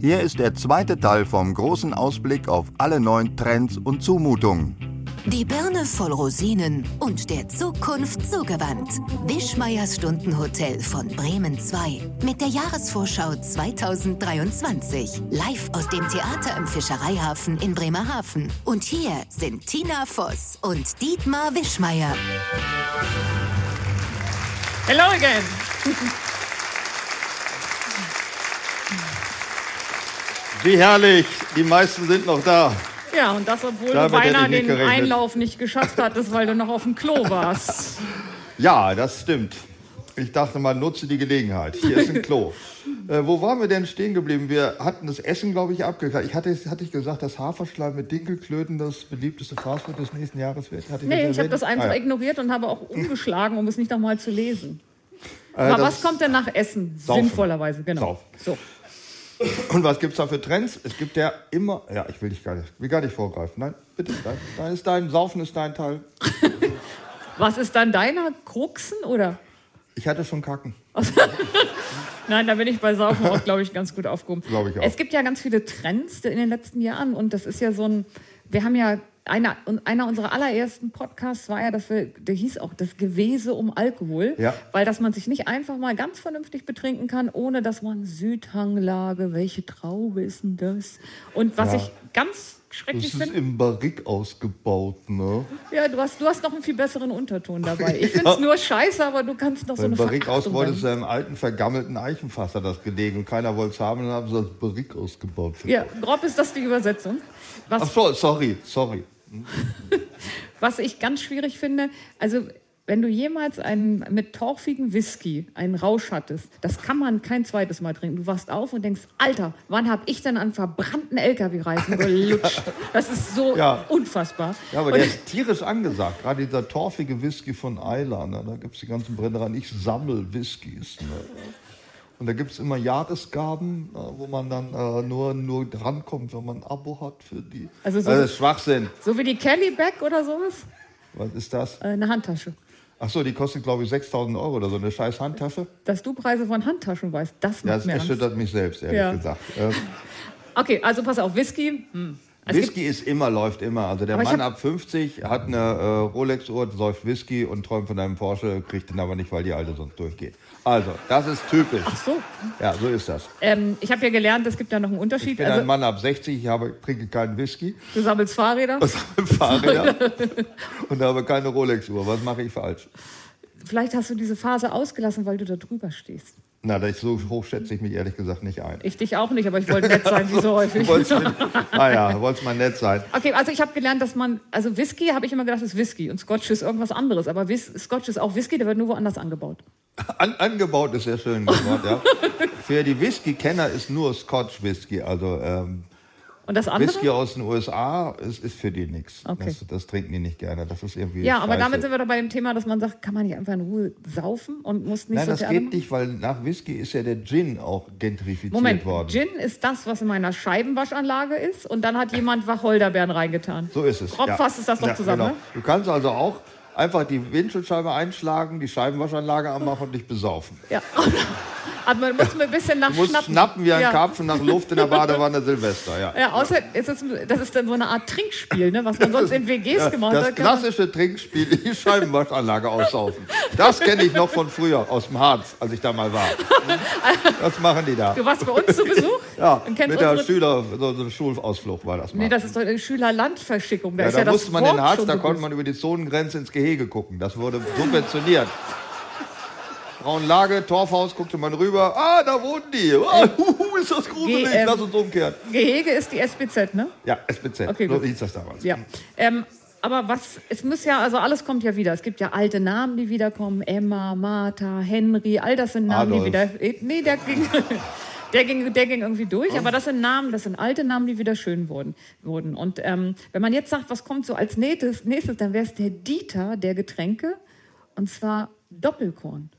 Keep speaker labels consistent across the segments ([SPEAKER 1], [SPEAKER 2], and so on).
[SPEAKER 1] Hier ist der zweite Teil vom großen Ausblick auf alle neuen Trends und Zumutungen.
[SPEAKER 2] Die Birne voll Rosinen und der Zukunft zugewandt. Wischmeiers Stundenhotel von Bremen 2 mit der Jahresvorschau 2023. Live aus dem Theater im Fischereihafen in Bremerhaven. Und hier sind Tina Voss und Dietmar Wischmeier.
[SPEAKER 3] Hello again.
[SPEAKER 4] Wie herrlich, die meisten sind noch da.
[SPEAKER 3] Ja, und das, obwohl
[SPEAKER 4] Damit
[SPEAKER 3] du beinahe
[SPEAKER 4] hätte ich
[SPEAKER 3] den
[SPEAKER 4] nicht gerechnet.
[SPEAKER 3] Einlauf nicht geschafft hattest, weil du noch auf dem Klo warst.
[SPEAKER 4] Ja, das stimmt. Ich dachte mal, nutze die Gelegenheit. Hier ist ein Klo. Äh, wo waren wir denn stehen geblieben? Wir hatten das Essen, glaube ich, abgeklärt. Ich hatte, hatte ich gesagt, dass Haferschleim mit Dinkelklöten das beliebteste Fastfood des nächsten Jahres wird? Hatte
[SPEAKER 3] Nee,
[SPEAKER 4] das
[SPEAKER 3] ich habe
[SPEAKER 4] erwähnt?
[SPEAKER 3] das einfach
[SPEAKER 4] Ah, ja.
[SPEAKER 3] ignoriert und habe auch umgeschlagen, um es nicht nochmal zu lesen.
[SPEAKER 4] Äh, das
[SPEAKER 3] Aber was kommt denn nach Essen?
[SPEAKER 4] Saufen.
[SPEAKER 3] Sinnvollerweise, genau.
[SPEAKER 4] Saufen.
[SPEAKER 3] So.
[SPEAKER 4] Und was gibt's da für Trends? Es gibt ja immer. Ja, ich will dich gar nicht, will gar nicht vorgreifen. Nein, bitte. Da, da ist dein Saufen ist dein Teil.
[SPEAKER 3] Was ist dann deiner? Kruxen oder?
[SPEAKER 4] Ich hatte schon Kacken.
[SPEAKER 3] Nein, da bin ich bei Saufen auch, glaube ich, ganz gut aufgehoben.
[SPEAKER 4] Glaube ich auch.
[SPEAKER 3] Es gibt ja ganz viele Trends in den letzten Jahren und das ist ja so ein, wir haben ja, einer, und einer unserer allerersten Podcasts war ja, dass wir, der hieß auch das Gewese um Alkohol,
[SPEAKER 4] Ja.
[SPEAKER 3] weil dass man sich nicht einfach mal ganz vernünftig betrinken kann, ohne dass man Südhanglage, welche Traube ist denn das? Und was ich ganz
[SPEAKER 4] Das
[SPEAKER 3] schrecklich
[SPEAKER 4] ist
[SPEAKER 3] finde,
[SPEAKER 4] im Barrik ausgebaut, ne?
[SPEAKER 3] ja, du hast, du hast noch einen viel besseren Unterton dabei. Ich finde es nur scheiße, aber du kannst noch so
[SPEAKER 4] Beim
[SPEAKER 3] eine
[SPEAKER 4] Barrik
[SPEAKER 3] Verachtung
[SPEAKER 4] ausgebaut
[SPEAKER 3] bei-
[SPEAKER 4] ist einem alten, vergammelten Eichenfass hat das gelegen und keiner wollte es haben und dann haben sie das Barrik ausgebaut.
[SPEAKER 3] Ja, grob ist das die Übersetzung. Was
[SPEAKER 4] Ach
[SPEAKER 3] Also
[SPEAKER 4] so, sorry, sorry.
[SPEAKER 3] Was ich ganz schwierig finde, also wenn du jemals einen mit torfigen Whisky einen Rausch hattest, das kann man kein zweites Mal trinken. Du wachst auf und denkst, Alter, wann hab ich denn an verbrannten LKW-Reifen gelutscht? Das ist so
[SPEAKER 4] Ja.
[SPEAKER 3] unfassbar.
[SPEAKER 4] Ja, aber
[SPEAKER 3] und
[SPEAKER 4] der ist tierisch angesagt. Gerade dieser torfige Whisky von Eiler, ne? da gibt es die ganzen Brennereien. Ich sammel Whiskys. Ne? Und da gibt es immer Jahresgaben, äh, wo man dann äh, nur, nur drankommt, wenn man ein Abo hat für die.
[SPEAKER 3] Also so-
[SPEAKER 4] das ist Schwachsinn.
[SPEAKER 3] so wie die Kelly Bag oder sowas,
[SPEAKER 4] Was ist das?
[SPEAKER 3] äh, eine Handtasche.
[SPEAKER 4] Ach so, die kostet, glaube ich, 6000 Euro oder so. Eine scheiß Handtasche.
[SPEAKER 3] Dass du Preise von Handtaschen weißt, das
[SPEAKER 4] Ja,
[SPEAKER 3] macht
[SPEAKER 4] das
[SPEAKER 3] mir Angst.
[SPEAKER 4] erschüttert mich selbst, ehrlich
[SPEAKER 3] Ja.
[SPEAKER 4] gesagt. Äh,
[SPEAKER 3] Okay, also pass auf, Whisky. Hm. Also es gibt-
[SPEAKER 4] Whisky ist immer, läuft immer. Also der
[SPEAKER 3] Aber ich
[SPEAKER 4] Mann
[SPEAKER 3] hab-
[SPEAKER 4] ab 50 hat eine äh, Rolex-Uhr, säuft Whisky und träumt von einem Porsche, kriegt den aber nicht, weil die alte sonst durchgeht. Also, das ist typisch.
[SPEAKER 3] Ach so.
[SPEAKER 4] Ja, so ist das.
[SPEAKER 3] Ähm, ich habe ja gelernt, es gibt ja noch einen Unterschied.
[SPEAKER 4] Ich bin ein
[SPEAKER 3] also,
[SPEAKER 4] Mann ab 60, ich habe, trinke keinen Whisky,
[SPEAKER 3] du sammelst Fahrräder.
[SPEAKER 4] Fahrräder und habe keine Rolex-Uhr. Was mache ich falsch?
[SPEAKER 3] Vielleicht hast du diese Phase ausgelassen, weil du da drüber stehst.
[SPEAKER 4] Na, das so hoch schätze ich mich ehrlich gesagt nicht ein.
[SPEAKER 3] Ich dich auch nicht, aber ich wollte nett sein, wie so häufig.
[SPEAKER 4] Du wolltest, ah ja, wolltest mal nett sein.
[SPEAKER 3] Okay, also ich habe gelernt, dass man, also Whisky habe ich immer gedacht, ist Whisky und Scotch ist irgendwas anderes. Aber Whis Scotch ist auch Whisky, der wird nur woanders angebaut.
[SPEAKER 4] An, angebaut ist sehr schön geworden, ja. Für die Whisky-Kenner ist nur Scotch-Whisky, also ähm,
[SPEAKER 3] Und das andere?
[SPEAKER 4] Whisky aus den USA ist, ist für die nichts.
[SPEAKER 3] Okay.
[SPEAKER 4] Das, das trinken die nicht gerne. Das ist irgendwie.
[SPEAKER 3] ja, aber
[SPEAKER 4] scheiße.
[SPEAKER 3] damit sind wir doch bei dem Thema, dass man sagt, kann man nicht einfach in Ruhe saufen und muss nicht
[SPEAKER 4] Nein,
[SPEAKER 3] so
[SPEAKER 4] das
[SPEAKER 3] Theater
[SPEAKER 4] geht nicht, weil nach Whisky ist ja der Gin auch gentrifiziert
[SPEAKER 3] Moment,
[SPEAKER 4] worden.
[SPEAKER 3] Gin ist das, was in meiner Scheibenwaschanlage ist und dann hat jemand Wacholderbeeren reingetan.
[SPEAKER 4] So ist es.
[SPEAKER 3] Rob fasst es das doch zusammen, ne?
[SPEAKER 4] Du kannst also auch einfach die Windschutzscheibe einschlagen, die Scheibenwaschanlage anmachen und dich besaufen.
[SPEAKER 3] Ja. aber Also, man muss mir ein bisschen nach
[SPEAKER 4] Du musst
[SPEAKER 3] schnappen.
[SPEAKER 4] schnappen wie ein
[SPEAKER 3] ja.
[SPEAKER 4] Karpfen nach Luft in der Badewanne Silvester, ja.
[SPEAKER 3] Ja, außer es ist, das ist dann so eine Art Trinkspiel, ne, was man sonst in WGs gemacht
[SPEAKER 4] Das
[SPEAKER 3] hat. genau, Kann man-
[SPEAKER 4] klassische Trinkspiel, die Scheibenwaschanlage aussaufen. Das kenne ich noch von früher, aus dem Harz, als ich da mal war. Das machen die da.
[SPEAKER 3] Du warst bei uns zu Besuch
[SPEAKER 4] Ja,
[SPEAKER 3] und
[SPEAKER 4] mit
[SPEAKER 3] kennst
[SPEAKER 4] der
[SPEAKER 3] unsere...
[SPEAKER 4] Schüler, so, so Schulausflug war das mal.
[SPEAKER 3] nee, das ist doch eine Schülerlandverschickung. Da
[SPEAKER 4] ja,
[SPEAKER 3] ist
[SPEAKER 4] da
[SPEAKER 3] ja das
[SPEAKER 4] musste man
[SPEAKER 3] Wort
[SPEAKER 4] in Harz,
[SPEAKER 3] schon
[SPEAKER 4] da
[SPEAKER 3] so
[SPEAKER 4] konnte man über die Zonengrenze ins Gehege gucken. Das wurde subventioniert. Braunlage, Torfhaus, guckte man rüber. Ah, da wohnen die. Ah,
[SPEAKER 3] Äh,
[SPEAKER 4] huhu, ist das gruselig.
[SPEAKER 3] GM.
[SPEAKER 4] Lass uns umkehren.
[SPEAKER 3] gut. Gehege ist die SBZ, ne?
[SPEAKER 4] Ja, SPZ.
[SPEAKER 3] Okay,
[SPEAKER 4] so
[SPEAKER 3] gut.
[SPEAKER 4] hieß das damals.
[SPEAKER 3] Ja. Ähm, aber was, es muss ja, also alles kommt ja wieder. Es gibt ja alte Namen, die wiederkommen. Emma, Martha, Henry, all das sind Namen, die
[SPEAKER 4] Adolf.
[SPEAKER 3] wieder. eh, Nee, der ging, der ging, der ging irgendwie durch. Aber das sind Namen, das sind alte Namen, die wieder schön wurden. wurden. Und ähm, wenn man jetzt sagt, was kommt so als nächstes, nächstes dann wäre es der Dieter der Getränke. Und zwar Doppelkorn.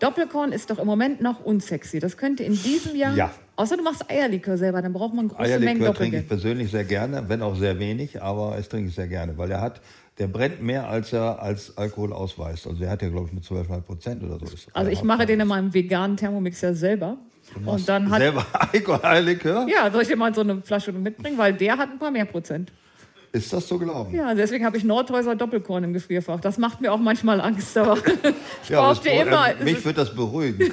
[SPEAKER 3] Doppelkorn ist doch im Moment noch unsexy. Das könnte in diesem Jahr.
[SPEAKER 4] Ja.
[SPEAKER 3] Außer du machst Eierlikör selber, dann braucht man große Mengen
[SPEAKER 4] Eierlikör trinke
[SPEAKER 3] Doppelkorn.
[SPEAKER 4] ich persönlich sehr gerne, wenn auch sehr wenig, aber es trinke ich sehr gerne, weil er hat, der brennt mehr, als er als Alkohol ausweist. Also er hat ja, glaube ich, nur 12,5 Prozent oder so.
[SPEAKER 3] Also ich
[SPEAKER 4] mache
[SPEAKER 3] mache den in meinem veganen Thermomix ja selber. Und dann hat,
[SPEAKER 4] Selber Alkoholikör?
[SPEAKER 3] ja, soll ich dir mal so eine Flasche mitbringen, weil der hat ein paar mehr Prozent.
[SPEAKER 4] Ist das so gelaufen?
[SPEAKER 3] Ja, deswegen habe ich Nordhäuser Doppelkorn im Gefrierfach. Das macht mir auch manchmal Angst, aber ich,
[SPEAKER 4] Ja, aber das
[SPEAKER 3] behaupte
[SPEAKER 4] Brot-
[SPEAKER 3] immer,
[SPEAKER 4] äh, mich würde das beruhigen.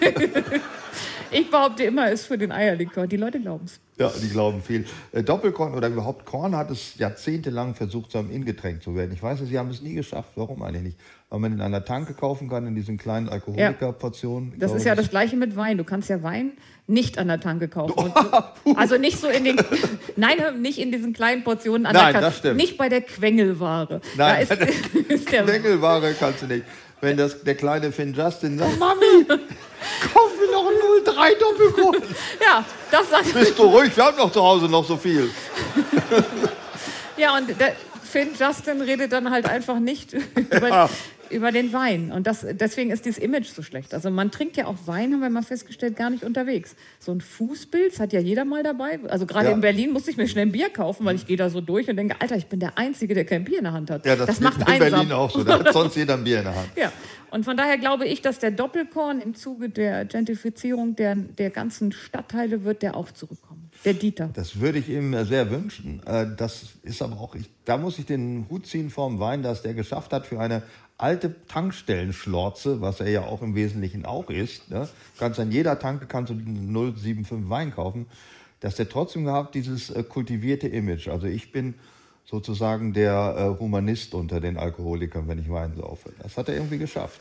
[SPEAKER 3] ich behaupte immer, es ist für den Eierlikör. Die Leute glauben es.
[SPEAKER 4] ja, die glauben viel. Äh, Doppelkorn oder überhaupt Korn hat es jahrzehntelang versucht, zu einem Ingetränk zu werden. Ich weiß, es, sie haben es nie geschafft. Warum eigentlich nicht? Weil man in einer Tanke kaufen kann, in diesen kleinen Alkoholikerportionen. Ich
[SPEAKER 3] Das
[SPEAKER 4] glaube,
[SPEAKER 3] ist ja das gleiche mit Wein. Du kannst ja Wein nicht an der Tanke kaufen. Und- also nicht so in den, nein, hör, nicht in diesen kleinen Portionen an
[SPEAKER 4] Nein,
[SPEAKER 3] der Kasse.
[SPEAKER 4] das stimmt.
[SPEAKER 3] Nicht bei der Quengelware.
[SPEAKER 4] Nein,
[SPEAKER 3] da ist, ist der,
[SPEAKER 4] Deckelware kannst du nicht. Wenn das, der kleine Finn Justin
[SPEAKER 3] Oh,
[SPEAKER 4] sagt, Mami, kauf mir noch einen 03 Doppelkorn.
[SPEAKER 3] ja, das sagt,
[SPEAKER 4] Bist du ruhig, wir haben doch zu Hause noch so viel.
[SPEAKER 3] ja, und der Finn Justin redet dann halt einfach nicht über,
[SPEAKER 4] Ah.
[SPEAKER 3] über den Wein. Und das, deswegen ist dieses Image so schlecht. Also man trinkt ja auch Wein, haben wir mal festgestellt, gar nicht unterwegs. So ein Fußpilz hat ja jeder mal dabei. Also gerade
[SPEAKER 4] Ja.
[SPEAKER 3] in Berlin musste ich mir schnell ein Bier kaufen, weil ich gehe da so durch und denke, Alter, ich bin der Einzige, der kein Bier in der Hand hat.
[SPEAKER 4] Ja, das,
[SPEAKER 3] das
[SPEAKER 4] gibt
[SPEAKER 3] macht
[SPEAKER 4] es in
[SPEAKER 3] einsam.
[SPEAKER 4] Berlin auch so. Da hat sonst jeder ein Bier in der Hand.
[SPEAKER 3] Ja, und von daher glaube ich, dass der Doppelkorn im Zuge der Gentrifizierung der, der ganzen Stadtteile wird der auch zurückkommen. Der Dieter.
[SPEAKER 4] Das würde ich ihm äh, sehr wünschen. Äh, Das ist aber auch, ich, da muss ich den Hut ziehen vorm Wein, dass der geschafft hat für eine alte Tankstellenschlorze, was er ja auch im Wesentlichen auch ist. Ne? Kannst an jeder Tanke kannst du einen 075 Wein kaufen, dass der trotzdem gehabt dieses äh, kultivierte Image. Also ich bin sozusagen der äh, Humanist unter den Alkoholikern, wenn ich Wein saufe. Das hat er irgendwie geschafft.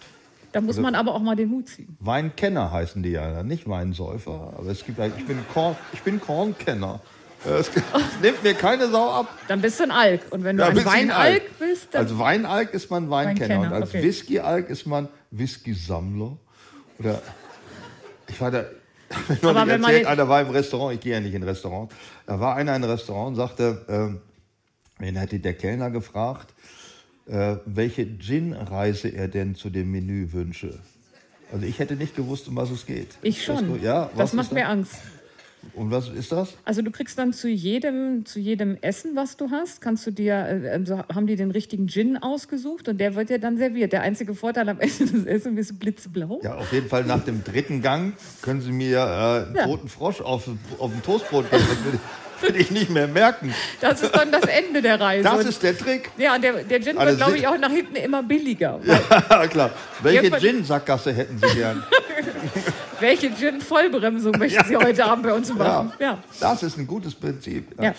[SPEAKER 3] Da
[SPEAKER 4] Also
[SPEAKER 3] muss man aber auch mal den Hut ziehen.
[SPEAKER 4] Weinkenner heißen die ja, nicht Weinsäufer. Aber es gibt ja- ich bin Korn, ich bin Kornkenner. Ja, Es gibt- es nimmt mir keine Sau ab.
[SPEAKER 3] Dann bist du ein Alk. Und wenn du
[SPEAKER 4] Ja,
[SPEAKER 3] ein
[SPEAKER 4] bist
[SPEAKER 3] Weinalk bist, dann
[SPEAKER 4] Als Also Weinalk ist man Weinkenner.
[SPEAKER 3] Weinkenner,
[SPEAKER 4] und als
[SPEAKER 3] okay.
[SPEAKER 4] Whiskyalk ist man Whisky-Sammler. Oder ich war da. Noch
[SPEAKER 3] Aber
[SPEAKER 4] nicht
[SPEAKER 3] wenn man
[SPEAKER 4] erzählt,
[SPEAKER 3] den-
[SPEAKER 4] einer war im Restaurant, ich gehe ja nicht in Restaurants. Da war einer in ein Restaurant und sagte, ähm, wen hätte der Kellner gefragt, äh, welche Gin-Reise er denn zu dem Menü wünsche. Also ich hätte nicht gewusst, um was es geht.
[SPEAKER 3] ich schon.
[SPEAKER 4] Das, ja, was
[SPEAKER 3] das
[SPEAKER 4] ist
[SPEAKER 3] macht mir Angst.
[SPEAKER 4] Und was ist das?
[SPEAKER 3] Also du kriegst dann zu jedem, zu jedem Essen, was du hast, kannst du dir, äh, äh, so haben die den richtigen Gin ausgesucht und der wird dir dann serviert. Der einzige Vorteil am Essen des Essen ist blitzblau.
[SPEAKER 4] Ja, auf jeden Fall nach dem dritten Gang können Sie mir äh, einen
[SPEAKER 3] Ja.
[SPEAKER 4] toten Frosch auf, auf dem Toastbrot geben. Das würde ich- würde ich nicht mehr merken.
[SPEAKER 3] Das ist dann das Ende der Reise.
[SPEAKER 4] Das
[SPEAKER 3] Und-
[SPEAKER 4] ist der Trick.
[SPEAKER 3] ja, und der, der Gin
[SPEAKER 4] Also
[SPEAKER 3] wird, glaube
[SPEAKER 4] sie-
[SPEAKER 3] ich, auch nach hinten immer billiger.
[SPEAKER 4] Ja, klar. Welche
[SPEAKER 3] Irgendwann-
[SPEAKER 4] Gin-Sackgasse hätten Sie gern?
[SPEAKER 3] Welche Gin-Vollbremsung möchten Sie heute Abend bei uns machen?
[SPEAKER 4] Ja,
[SPEAKER 3] Ja.
[SPEAKER 4] das ist ein gutes Prinzip.
[SPEAKER 3] Ja.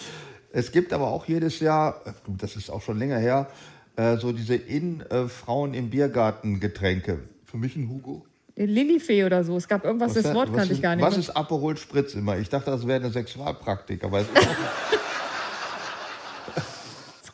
[SPEAKER 4] Es gibt aber auch jedes Jahr, äh, gut, das ist auch schon länger her, äh, so diese In-Frauen im Biergarten-Getränke. Für mich ein Hugo.
[SPEAKER 3] Den Lilifee oder so. Es gab irgendwas, das
[SPEAKER 4] da-
[SPEAKER 3] Wort kannte
[SPEAKER 4] ist,
[SPEAKER 3] ich gar nicht.
[SPEAKER 4] Was
[SPEAKER 3] mehr.
[SPEAKER 4] ist Aperol Spritz immer? Ich dachte, das wäre eine Sexualpraktik, aber es ist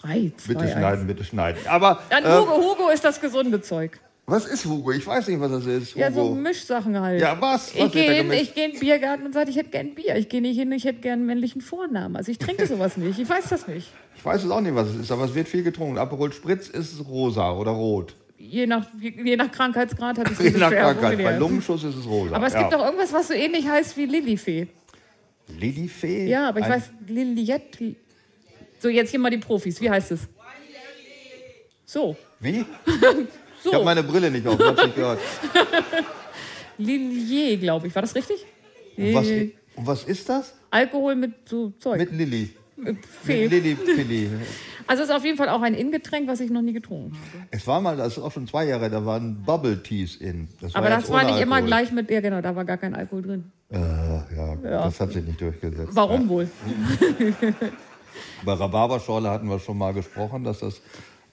[SPEAKER 3] Drei, zwei,
[SPEAKER 4] Bitte
[SPEAKER 3] eins.
[SPEAKER 4] schneiden, bitte schneiden. Aber
[SPEAKER 3] Oh Dann
[SPEAKER 4] äh,
[SPEAKER 3] Hugo, Hugo ist das gesunde Zeug.
[SPEAKER 4] was ist Hugo? Ich weiß nicht, was das ist. Hugo.
[SPEAKER 3] Ja, so Mischsachen halt.
[SPEAKER 4] Ja, was? Was
[SPEAKER 3] Ich
[SPEAKER 4] wird da
[SPEAKER 3] gehe in,
[SPEAKER 4] gemischt?
[SPEAKER 3] ich geh in den Biergarten und sage, ich hätte gern Bier. Ich gehe nicht hin, ich hätte gern einen männlichen Vornamen. Also ich trinke sowas nicht. Ich weiß das nicht.
[SPEAKER 4] ich weiß es auch nicht, was es ist, aber es wird viel getrunken. Aperol Spritz ist rosa oder rot.
[SPEAKER 3] Je nach, je nach Krankheitsgrad hat es
[SPEAKER 4] Je
[SPEAKER 3] diese
[SPEAKER 4] nach
[SPEAKER 3] Färbung
[SPEAKER 4] Krankheit. Bei
[SPEAKER 3] gewählt.
[SPEAKER 4] Lungenschuss ist es rosa.
[SPEAKER 3] Aber es
[SPEAKER 4] ja.
[SPEAKER 3] gibt auch irgendwas, was so ähnlich heißt wie Lilifee.
[SPEAKER 4] Lilifee?
[SPEAKER 3] Ja, aber ich
[SPEAKER 4] Ein-
[SPEAKER 3] weiß, Liliette. So, jetzt hier mal die Profis. Wie heißt es? So,
[SPEAKER 4] Wie? Ich habe
[SPEAKER 3] so.
[SPEAKER 4] meine Brille nicht auf, hab's nicht gehört.
[SPEAKER 3] Lillier, glaube ich. War das richtig?
[SPEAKER 4] Und was,
[SPEAKER 3] Lillier.
[SPEAKER 4] und was ist das?
[SPEAKER 3] Alkohol mit so Zeug.
[SPEAKER 4] Mit Lilly.
[SPEAKER 3] Mit
[SPEAKER 4] Mit
[SPEAKER 3] Fee.
[SPEAKER 4] Lilly Pilli.
[SPEAKER 3] Also ist auf jeden Fall auch ein Ingetränk, was ich noch nie getrunken habe.
[SPEAKER 4] Es war mal, das ist auch schon zwei Jahre, da waren Bubble Teas in. war
[SPEAKER 3] Aber
[SPEAKER 4] jetzt
[SPEAKER 3] das war
[SPEAKER 4] ohne
[SPEAKER 3] nicht immer
[SPEAKER 4] Alkohol.
[SPEAKER 3] gleich mit. Ja, genau, da war gar kein Alkohol drin.
[SPEAKER 4] Äh, ja, das hat sich nicht durchgesetzt.
[SPEAKER 3] Warum wohl?
[SPEAKER 4] Bei Rhabarberschorle hatten wir schon mal gesprochen, dass das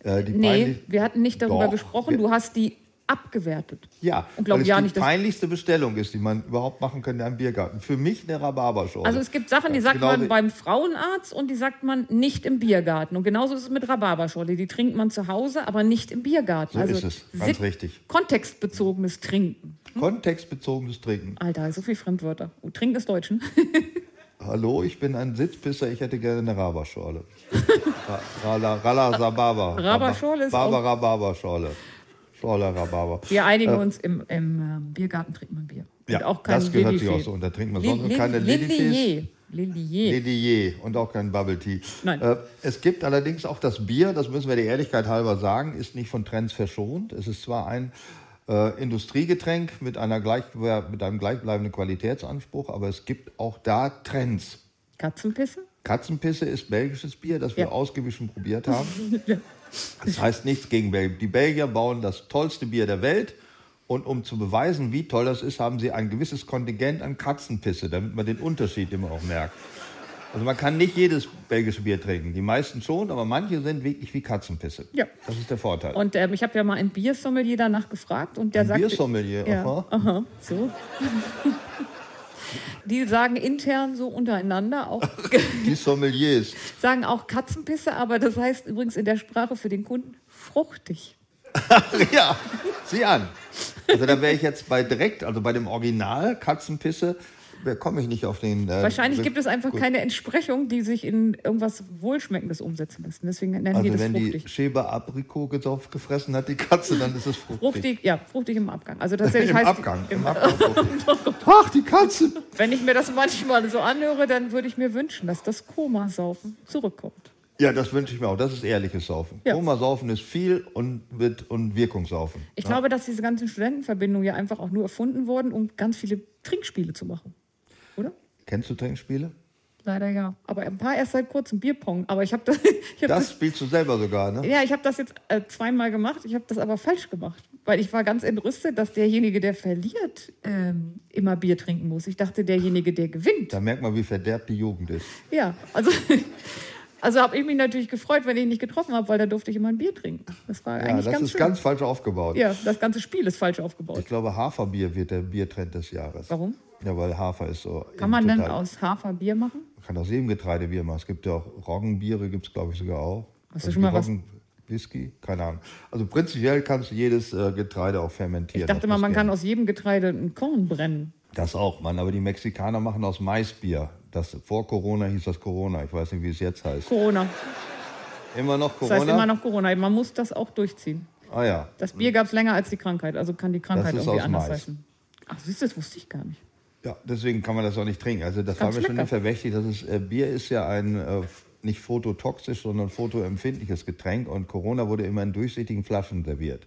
[SPEAKER 4] äh, die
[SPEAKER 3] Nee,
[SPEAKER 4] peinlich-
[SPEAKER 3] wir hatten nicht darüber
[SPEAKER 4] Doch,
[SPEAKER 3] gesprochen.
[SPEAKER 4] wir-
[SPEAKER 3] Du hast die abgewertet.
[SPEAKER 4] ja,
[SPEAKER 3] Und glaub
[SPEAKER 4] weil es
[SPEAKER 3] ja
[SPEAKER 4] die
[SPEAKER 3] nicht, dass-
[SPEAKER 4] peinlichste Bestellung ist, die man überhaupt machen könnte in einem Biergarten. Für mich eine Rhabarberschorle.
[SPEAKER 3] Also es gibt Sachen, die
[SPEAKER 4] Ja,
[SPEAKER 3] sagt
[SPEAKER 4] genau
[SPEAKER 3] man
[SPEAKER 4] wie-
[SPEAKER 3] beim Frauenarzt und die sagt man nicht im Biergarten. Und genauso ist es mit Rhabarberschorle. Die trinkt man zu Hause, aber nicht im Biergarten.
[SPEAKER 4] So
[SPEAKER 3] also
[SPEAKER 4] ist es, ganz
[SPEAKER 3] sit-
[SPEAKER 4] richtig.
[SPEAKER 3] Kontextbezogenes Trinken.
[SPEAKER 4] Kontextbezogenes Trinken.
[SPEAKER 3] Alter, so viel Fremdwörter. Oh, Trinken ist Deutschen.
[SPEAKER 4] Hallo, ich bin ein Sitzpisser, ich hätte gerne eine Rhabarberschorle. Ra- Rala, Rala Sababa.
[SPEAKER 3] Rhabarberschorle ist auch-
[SPEAKER 4] Barbara Rhabarberschorle. Schorle Rhabarber.
[SPEAKER 3] Wir einigen uns, im, im ähm, Biergarten trinkt man Bier.
[SPEAKER 4] Ja, das gehört sich auch so. Und da trinkt man sonst noch keine Lilifees.
[SPEAKER 3] Lillier. Lillier.
[SPEAKER 4] Lillier und auch kein Bubble Tea.
[SPEAKER 3] Nein.
[SPEAKER 4] Äh, es gibt allerdings auch das Bier, das müssen wir der Ehrlichkeit halber sagen, ist nicht von Trends verschont. Es ist zwar ein Äh, Industriegetränk mit, einer gleich, mit einem gleichbleibenden Qualitätsanspruch, aber es gibt auch da Trends.
[SPEAKER 3] Katzenpisse?
[SPEAKER 4] Katzenpisse ist belgisches Bier, das wir
[SPEAKER 3] Ja.
[SPEAKER 4] ausgiebig schon probiert haben. Das heißt nichts gegen Belgien. Die Belgier bauen das tollste Bier der Welt. Und um zu beweisen, wie toll das ist, haben sie ein gewisses Kontingent an Katzenpisse, damit man den Unterschied immer auch merkt. Also man kann nicht jedes belgische Bier trinken. Die meisten schon, aber manche sind wirklich wie Katzenpisse.
[SPEAKER 3] Ja.
[SPEAKER 4] Das ist der Vorteil.
[SPEAKER 3] Und ähm, ich habe ja mal einen Biersommelier danach gefragt und der
[SPEAKER 4] Ein
[SPEAKER 3] sagt.
[SPEAKER 4] Biersommelier,
[SPEAKER 3] ja,
[SPEAKER 4] aha.
[SPEAKER 3] aha, so. Die sagen intern so untereinander auch,
[SPEAKER 4] Die Sommeliers.
[SPEAKER 3] sagen auch Katzenpisse, aber das heißt übrigens in der Sprache für den Kunden fruchtig.
[SPEAKER 4] Ja, sieh an. Also da wäre ich jetzt bei direkt, also bei dem Original Katzenpisse, da komme ich nicht auf den. äh,
[SPEAKER 3] Wahrscheinlich
[SPEAKER 4] Be-
[SPEAKER 3] gibt es einfach
[SPEAKER 4] Gut.
[SPEAKER 3] keine Entsprechung, die sich in irgendwas Wohlschmeckendes umsetzen lässt. Deswegen nennen die
[SPEAKER 4] Also
[SPEAKER 3] das
[SPEAKER 4] wenn
[SPEAKER 3] fruchtig.
[SPEAKER 4] die Schäber Aprikot gesauf- gefressen hat, die Katze, dann ist es fruchtig.
[SPEAKER 3] fruchtig, ja, fruchtig im Abgang. Also tatsächlich
[SPEAKER 4] Im
[SPEAKER 3] heißt Oh
[SPEAKER 4] Abgang. Im Abgang fruchtig. Ach, die Katze.
[SPEAKER 3] wenn ich mir das manchmal so anhöre, dann würde ich mir wünschen, dass das Komasaufen zurückkommt.
[SPEAKER 4] Ja, das wünsche ich mir auch. Das ist ehrliches Saufen.
[SPEAKER 3] Ja.
[SPEAKER 4] Koma saufen ist viel und wird und Wirkungssaufen.
[SPEAKER 3] Ich glaube, dass diese ganzen Studentenverbindungen ja einfach auch nur erfunden wurden, um ganz viele Trinkspiele zu machen. Oder?
[SPEAKER 4] Kennst du Trinkspiele?
[SPEAKER 3] Leider ja. Aber ein paar erst seit kurzem Bierpong. Aber ich habe das, ich hab
[SPEAKER 4] Das
[SPEAKER 3] das,
[SPEAKER 4] spielst du selber sogar, ne?
[SPEAKER 3] ja, ich habe das jetzt äh, zweimal gemacht. Ich habe das aber falsch gemacht, weil ich war ganz entrüstet, dass derjenige, der verliert, ähm, immer Bier trinken muss. Ich dachte, derjenige, der gewinnt.
[SPEAKER 4] Da merkt man, wie verderbt die Jugend ist.
[SPEAKER 3] Ja, also, also habe ich mich natürlich gefreut, wenn ich ihn nicht getroffen habe, weil da durfte ich immer ein Bier trinken. Das war
[SPEAKER 4] Ja,
[SPEAKER 3] eigentlich
[SPEAKER 4] das
[SPEAKER 3] ganz
[SPEAKER 4] ist
[SPEAKER 3] schön.
[SPEAKER 4] ganz falsch aufgebaut.
[SPEAKER 3] ja, das ganze Spiel ist falsch aufgebaut.
[SPEAKER 4] Ich glaube, Haferbier wird der Biertrend des Jahres.
[SPEAKER 3] Warum?
[SPEAKER 4] Ja, weil Hafer ist so.
[SPEAKER 3] Kann man
[SPEAKER 4] eben
[SPEAKER 3] dann
[SPEAKER 4] total-
[SPEAKER 3] aus Hafer Bier machen?
[SPEAKER 4] Man kann auch Sebengetreidebier machen. Es gibt ja auch Roggenbiere, gibt es glaube ich sogar auch. Also
[SPEAKER 3] Hast du schon mal was-
[SPEAKER 4] Whisky? Keine Ahnung. Also prinzipiell kannst du jedes äh, Getreide auch fermentieren.
[SPEAKER 3] Ich dachte
[SPEAKER 4] Das
[SPEAKER 3] mal,
[SPEAKER 4] muss
[SPEAKER 3] man
[SPEAKER 4] gehen.
[SPEAKER 3] kann aus jedem Getreide ein Korn brennen.
[SPEAKER 4] Das auch, Mann. Aber die Mexikaner machen aus Maisbier. Das, vor Corona hieß das Corona. Ich weiß nicht, wie es jetzt heißt.
[SPEAKER 3] Corona.
[SPEAKER 4] Immer noch
[SPEAKER 3] Das
[SPEAKER 4] Corona?
[SPEAKER 3] heißt immer noch Corona. Man muss das auch durchziehen.
[SPEAKER 4] ah ja.
[SPEAKER 3] Das Bier gab es länger als die Krankheit, also kann die Krankheit
[SPEAKER 4] Das ist
[SPEAKER 3] irgendwie
[SPEAKER 4] aus
[SPEAKER 3] anders
[SPEAKER 4] Mais.
[SPEAKER 3] heißen. Ach, siehst du, das wusste ich gar nicht.
[SPEAKER 4] Ja, deswegen kann man das auch nicht trinken. Also das war
[SPEAKER 3] Ganz
[SPEAKER 4] mir schon
[SPEAKER 3] lecker.
[SPEAKER 4] nicht verdächtig, dass es äh, Bier ist ja ein äh, nicht fototoxisch, sondern fotoempfindliches Getränk und Corona wurde immer in durchsichtigen Flaschen serviert.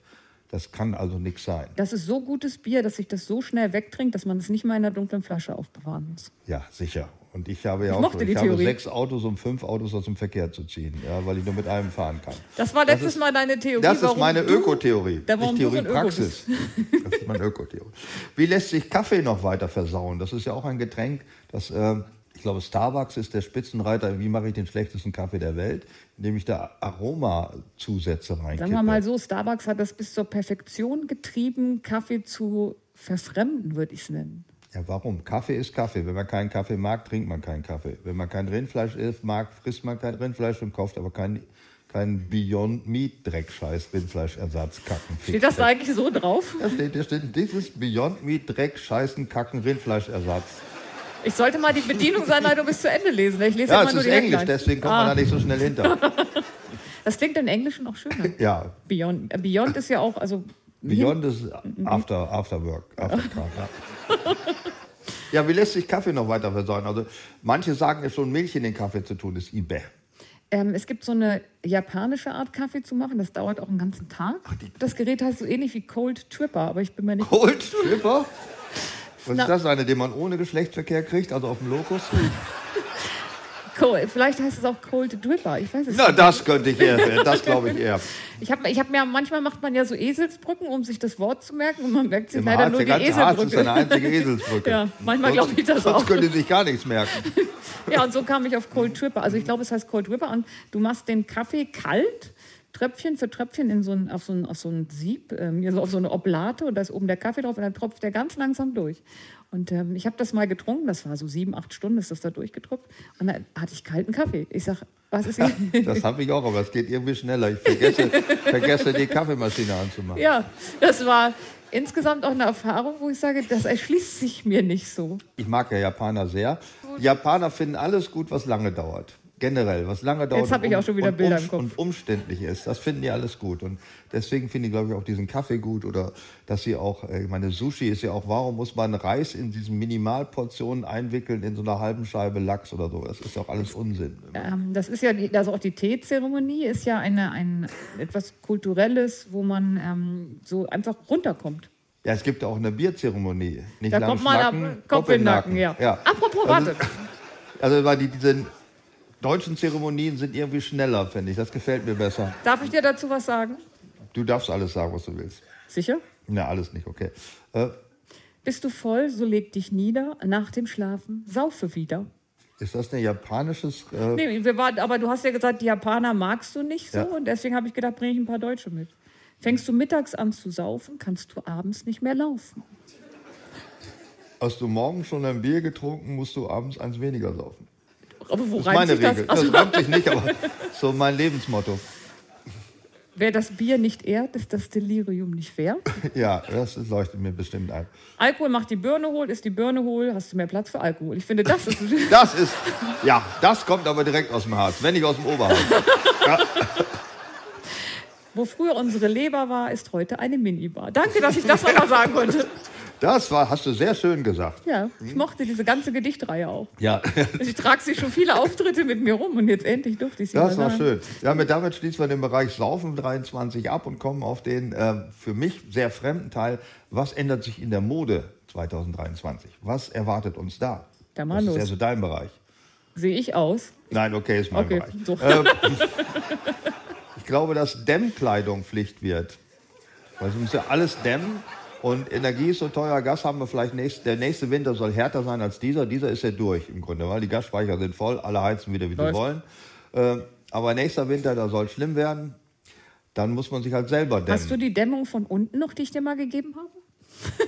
[SPEAKER 4] Das kann also nichts sein.
[SPEAKER 3] Das ist so gutes Bier, dass sich das so schnell wegtrinkt, dass man es nicht mal in einer dunklen Flasche aufbewahren muss.
[SPEAKER 4] Ja, sicher. Und ich habe ja auch
[SPEAKER 3] mochte die
[SPEAKER 4] ich habe
[SPEAKER 3] Theorie.
[SPEAKER 4] sechs Autos, um fünf Autos aus dem Verkehr zu ziehen, ja, weil ich nur mit einem fahren kann.
[SPEAKER 3] Das war letztes Mal deine Theorie.
[SPEAKER 4] Das ist
[SPEAKER 3] warum
[SPEAKER 4] meine
[SPEAKER 3] du-
[SPEAKER 4] Ökotheorie,
[SPEAKER 3] Da,
[SPEAKER 4] nicht
[SPEAKER 3] warum
[SPEAKER 4] Theorie,
[SPEAKER 3] du so ein Öko
[SPEAKER 4] Praxis.
[SPEAKER 3] bist.
[SPEAKER 4] Das ist meine Ökotheorie. Wie lässt sich Kaffee noch weiter versauen? Das ist ja auch ein Getränk, das, äh, ich glaube, Starbucks ist der Spitzenreiter. Wie mache ich den schlechtesten Kaffee der Welt? Indem ich da Aromazusätze
[SPEAKER 3] Sagen wir mal so,
[SPEAKER 4] reinkippe.
[SPEAKER 3] Starbucks hat das bis zur Perfektion getrieben, Kaffee zu verfremden, würde ich es nennen.
[SPEAKER 4] Ja, warum? Kaffee ist Kaffee. Wenn man keinen Kaffee mag, trinkt man keinen Kaffee. Wenn man kein Rindfleisch isst, mag, frisst man kein Rindfleisch und kauft aber kein, kein Beyond Meat Dreckscheiß Rindfleischersatz kacken.
[SPEAKER 3] Steht das da eigentlich so drauf?
[SPEAKER 4] Da steht, da steht dieses Beyond Meat Dreck Scheißen Kacken Rindfleischersatz.
[SPEAKER 3] Ich sollte mal die Bedienungsanleitung bis zu Ende lesen. Ich lese
[SPEAKER 4] Ja,
[SPEAKER 3] immer
[SPEAKER 4] es
[SPEAKER 3] nur
[SPEAKER 4] ist
[SPEAKER 3] die
[SPEAKER 4] Englisch,
[SPEAKER 3] Headlines. Ah.
[SPEAKER 4] deswegen kommt man da nicht so schnell hinter.
[SPEAKER 3] Das klingt im Englischen auch schöner.
[SPEAKER 4] Ja,
[SPEAKER 3] Beyond, äh, Beyond ist ja auch, also
[SPEAKER 4] Beyond ist After, after Work. After Tag, ja. ja, wie lässt sich Kaffee noch weiter versäuen? Also, manche sagen ja schon, Milch in den Kaffee zu tun ist Ibe.
[SPEAKER 3] ähm, es gibt so eine japanische Art Kaffee zu machen. Das dauert auch einen ganzen Tag.
[SPEAKER 4] Oh,
[SPEAKER 3] Das Gerät heißt so ähnlich wie Cold Tripper, aber ich bin mir nicht.
[SPEAKER 4] Cold Tripper? Was
[SPEAKER 3] Na-
[SPEAKER 4] ist das eine, den man ohne Geschlechtsverkehr kriegt, also auf dem Lokus?
[SPEAKER 3] Cold, vielleicht heißt es auch Cold Dripper. Ich weiß es
[SPEAKER 4] Na,
[SPEAKER 3] nicht.
[SPEAKER 4] das könnte ich eher, das glaube ich eher.
[SPEAKER 3] Ich habe ich hab mir, manchmal macht man ja so Eselsbrücken, um sich das Wort zu merken und man merkt sich
[SPEAKER 4] Im
[SPEAKER 3] leider
[SPEAKER 4] Harz,
[SPEAKER 3] nur
[SPEAKER 4] der
[SPEAKER 3] die
[SPEAKER 4] ganze Harz ist eine
[SPEAKER 3] Eselbrücke.
[SPEAKER 4] einzige Eselsbrücke.
[SPEAKER 3] Ja, manchmal
[SPEAKER 4] Sonst-
[SPEAKER 3] glaub ich das auch.
[SPEAKER 4] Sonst könnte sich gar nichts merken.
[SPEAKER 3] Ja, und so kam ich auf Cold Tripper. Also ich glaube, es heißt Cold Tripper. Und du machst den Kaffee kalt, Tröpfchen für Tröpfchen in so ein, auf, so ein, auf so ein Sieb, ähm, hier so auf so eine Oblate und da ist oben der Kaffee drauf und dann tropft der ganz langsam durch. Und ähm, ich habe das mal getrunken, das war so sieben, acht Stunden ist das da durchgetropft. Und dann hatte ich kalten Kaffee. Ich sage, was ist hier?
[SPEAKER 4] Das habe ich auch, aber es geht irgendwie schneller. Ich vergesse, vergesse die Kaffeemaschine anzumachen.
[SPEAKER 3] ja, das war insgesamt auch eine Erfahrung, wo ich sage, das erschließt sich mir nicht so.
[SPEAKER 4] Ich mag ja Japaner sehr. Die Japaner finden alles gut, was lange dauert. generell, was lange dauert
[SPEAKER 3] Jetzt hab ich auch schon wieder
[SPEAKER 4] und,
[SPEAKER 3] Bilder
[SPEAKER 4] umst-
[SPEAKER 3] im Kopf.
[SPEAKER 4] und umständlich ist, das finden die alles gut. Und deswegen finden die, glaube ich, auch diesen Kaffee gut oder dass sie auch, äh, ich meine, Sushi ist ja auch, warum muss man Reis in diesen Minimalportionen einwickeln in so einer halben Scheibe Lachs oder so? Das ist ja auch alles Unsinn.
[SPEAKER 3] Ähm, das ist ja, die, also auch die Teezeremonie ist ja eine, ein etwas Kulturelles, wo man ähm, so einfach runterkommt.
[SPEAKER 4] Ja, es gibt ja auch eine Bierzeremonie. Nicht
[SPEAKER 3] Da
[SPEAKER 4] lang
[SPEAKER 3] kommt man ab,
[SPEAKER 4] schnacken,
[SPEAKER 3] Kopf in den Nacken, ja. Apropos,
[SPEAKER 4] Also-
[SPEAKER 3] warte.
[SPEAKER 4] Also, weil die, diese deutschen Zeremonien sind irgendwie schneller, finde ich. Das gefällt mir besser.
[SPEAKER 3] Darf ich dir dazu was sagen?
[SPEAKER 4] Du darfst alles sagen, was du willst.
[SPEAKER 3] Sicher?
[SPEAKER 4] Na, alles nicht, okay. Äh,
[SPEAKER 3] Bist du voll, so leg dich nieder, nach dem Schlafen saufe wieder.
[SPEAKER 4] ist das ein japanisches. Äh,
[SPEAKER 3] Nee, wir waren, aber du hast ja gesagt, die Japaner magst du nicht so
[SPEAKER 4] Ja.
[SPEAKER 3] und deswegen habe ich gedacht, bringe ich ein paar Deutsche mit. Fängst du mittags an zu saufen, kannst du abends nicht mehr laufen.
[SPEAKER 4] Hast du morgens schon ein Bier getrunken, musst du abends eins weniger saufen.
[SPEAKER 3] Aber wo
[SPEAKER 4] Das ist
[SPEAKER 3] reimt
[SPEAKER 4] meine
[SPEAKER 3] sich
[SPEAKER 4] Regel.
[SPEAKER 3] das? Also,
[SPEAKER 4] Das reimt sich nicht, aber so mein Lebensmotto.
[SPEAKER 3] wer das Bier nicht ehrt, ist das Delirium nicht wert.
[SPEAKER 4] Ja, das leuchtet mir bestimmt ein.
[SPEAKER 3] Alkohol macht die Birne hohl, ist die Birne hohl, hast du mehr Platz für Alkohol. Ich finde, das ist
[SPEAKER 4] Das ist, ja, das kommt aber direkt aus dem Harz, wenn nicht aus dem Oberharz.
[SPEAKER 3] Wo früher unsere Leber war, ist heute eine Minibar. Danke, dass ich das nochmal sagen konnte.
[SPEAKER 4] Das war, hast du sehr schön gesagt.
[SPEAKER 3] Ja, ich mochte diese ganze Gedichtreihe auch.
[SPEAKER 4] Ja,
[SPEAKER 3] Ich trage sie schon viele Auftritte mit mir rum und jetzt endlich durfte ich sie
[SPEAKER 4] das
[SPEAKER 3] mal
[SPEAKER 4] war
[SPEAKER 3] sagen.
[SPEAKER 4] schön. Ja, mit, damit schließen wir den Bereich Saufen 23 ab und kommen auf den ähm, für mich sehr fremden Teil. Was ändert sich in der Mode 2023? Was erwartet uns da?
[SPEAKER 3] Da mal
[SPEAKER 4] das
[SPEAKER 3] los.
[SPEAKER 4] ist ja so dein Bereich.
[SPEAKER 3] Sehe ich aus.
[SPEAKER 4] Nein, okay, ist mein
[SPEAKER 3] Okay,
[SPEAKER 4] Bereich.
[SPEAKER 3] so.
[SPEAKER 4] Ich glaube, dass Dämmkleidung Pflicht wird. Weil sie müssen ja alles dämmen. Und Energie ist so teuer, Gas haben wir vielleicht nächst, der nächste Winter soll härter sein als dieser. Dieser ist ja durch im Grunde, weil die Gasspeicher sind voll, alle heizen wieder, wie sie
[SPEAKER 3] Läuft.
[SPEAKER 4] wollen. Ähm, aber nächster Winter, da soll schlimm werden. Dann muss man sich halt selber dämmen.
[SPEAKER 3] Hast du die Dämmung von unten noch, die ich dir mal gegeben habe?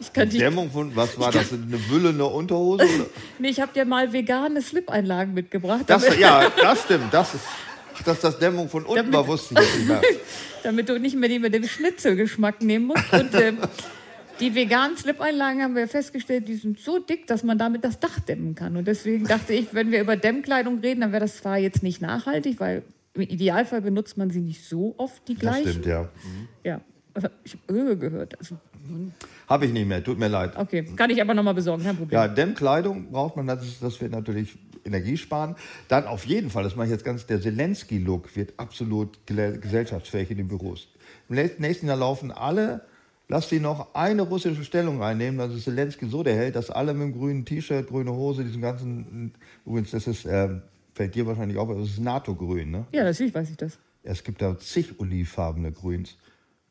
[SPEAKER 3] ich kann die.
[SPEAKER 4] Dämmung von, was war das, eine wüllende Unterhose? Oder?
[SPEAKER 3] Nee, ich habe dir mal vegane Slip-Einlagen mitgebracht,
[SPEAKER 4] Das,
[SPEAKER 3] damit,
[SPEAKER 4] ja, das stimmt, das ist, ach, dass das Dämmung von unten war, wusste ich jetzt nicht mehr.
[SPEAKER 3] damit du nicht mehr die mit dem Schnitzelgeschmack nehmen musst. Und ähm, die veganen Slip-Einlagen haben wir festgestellt, die sind so dick, dass man damit das Dach dämmen kann. Und deswegen dachte ich, wenn wir über Dämmkleidung reden, dann wäre das zwar jetzt nicht nachhaltig, weil im Idealfall benutzt man sie nicht so oft, die
[SPEAKER 4] Das
[SPEAKER 3] gleichen.
[SPEAKER 4] stimmt, ja.
[SPEAKER 3] Ja, also ich habe Öl gehört. Also,
[SPEAKER 4] Habe ich nicht mehr, tut mir leid.
[SPEAKER 3] okay, kann ich aber nochmal besorgen, kein Problem.
[SPEAKER 4] Ja, Dämmkleidung braucht man, das, ist, das wird natürlich Energie sparen. Dann auf jeden Fall, das mache ich jetzt ganz, der Zelensky-Look wird absolut gele- gesellschaftsfähig in den Büros. Im le- nächsten Jahr laufen alle, lass die noch eine russische Stellung einnehmen, dann ist Zelensky so der Held, dass alle mit dem grünen T-Shirt, grüne Hose, diesen ganzen, übrigens, das ist, ähm, fällt dir wahrscheinlich auf, aber das ist NATO-Grün, ne?
[SPEAKER 3] Ja, natürlich weiß ich das.
[SPEAKER 4] Es gibt da zig olivfarbene Grüns.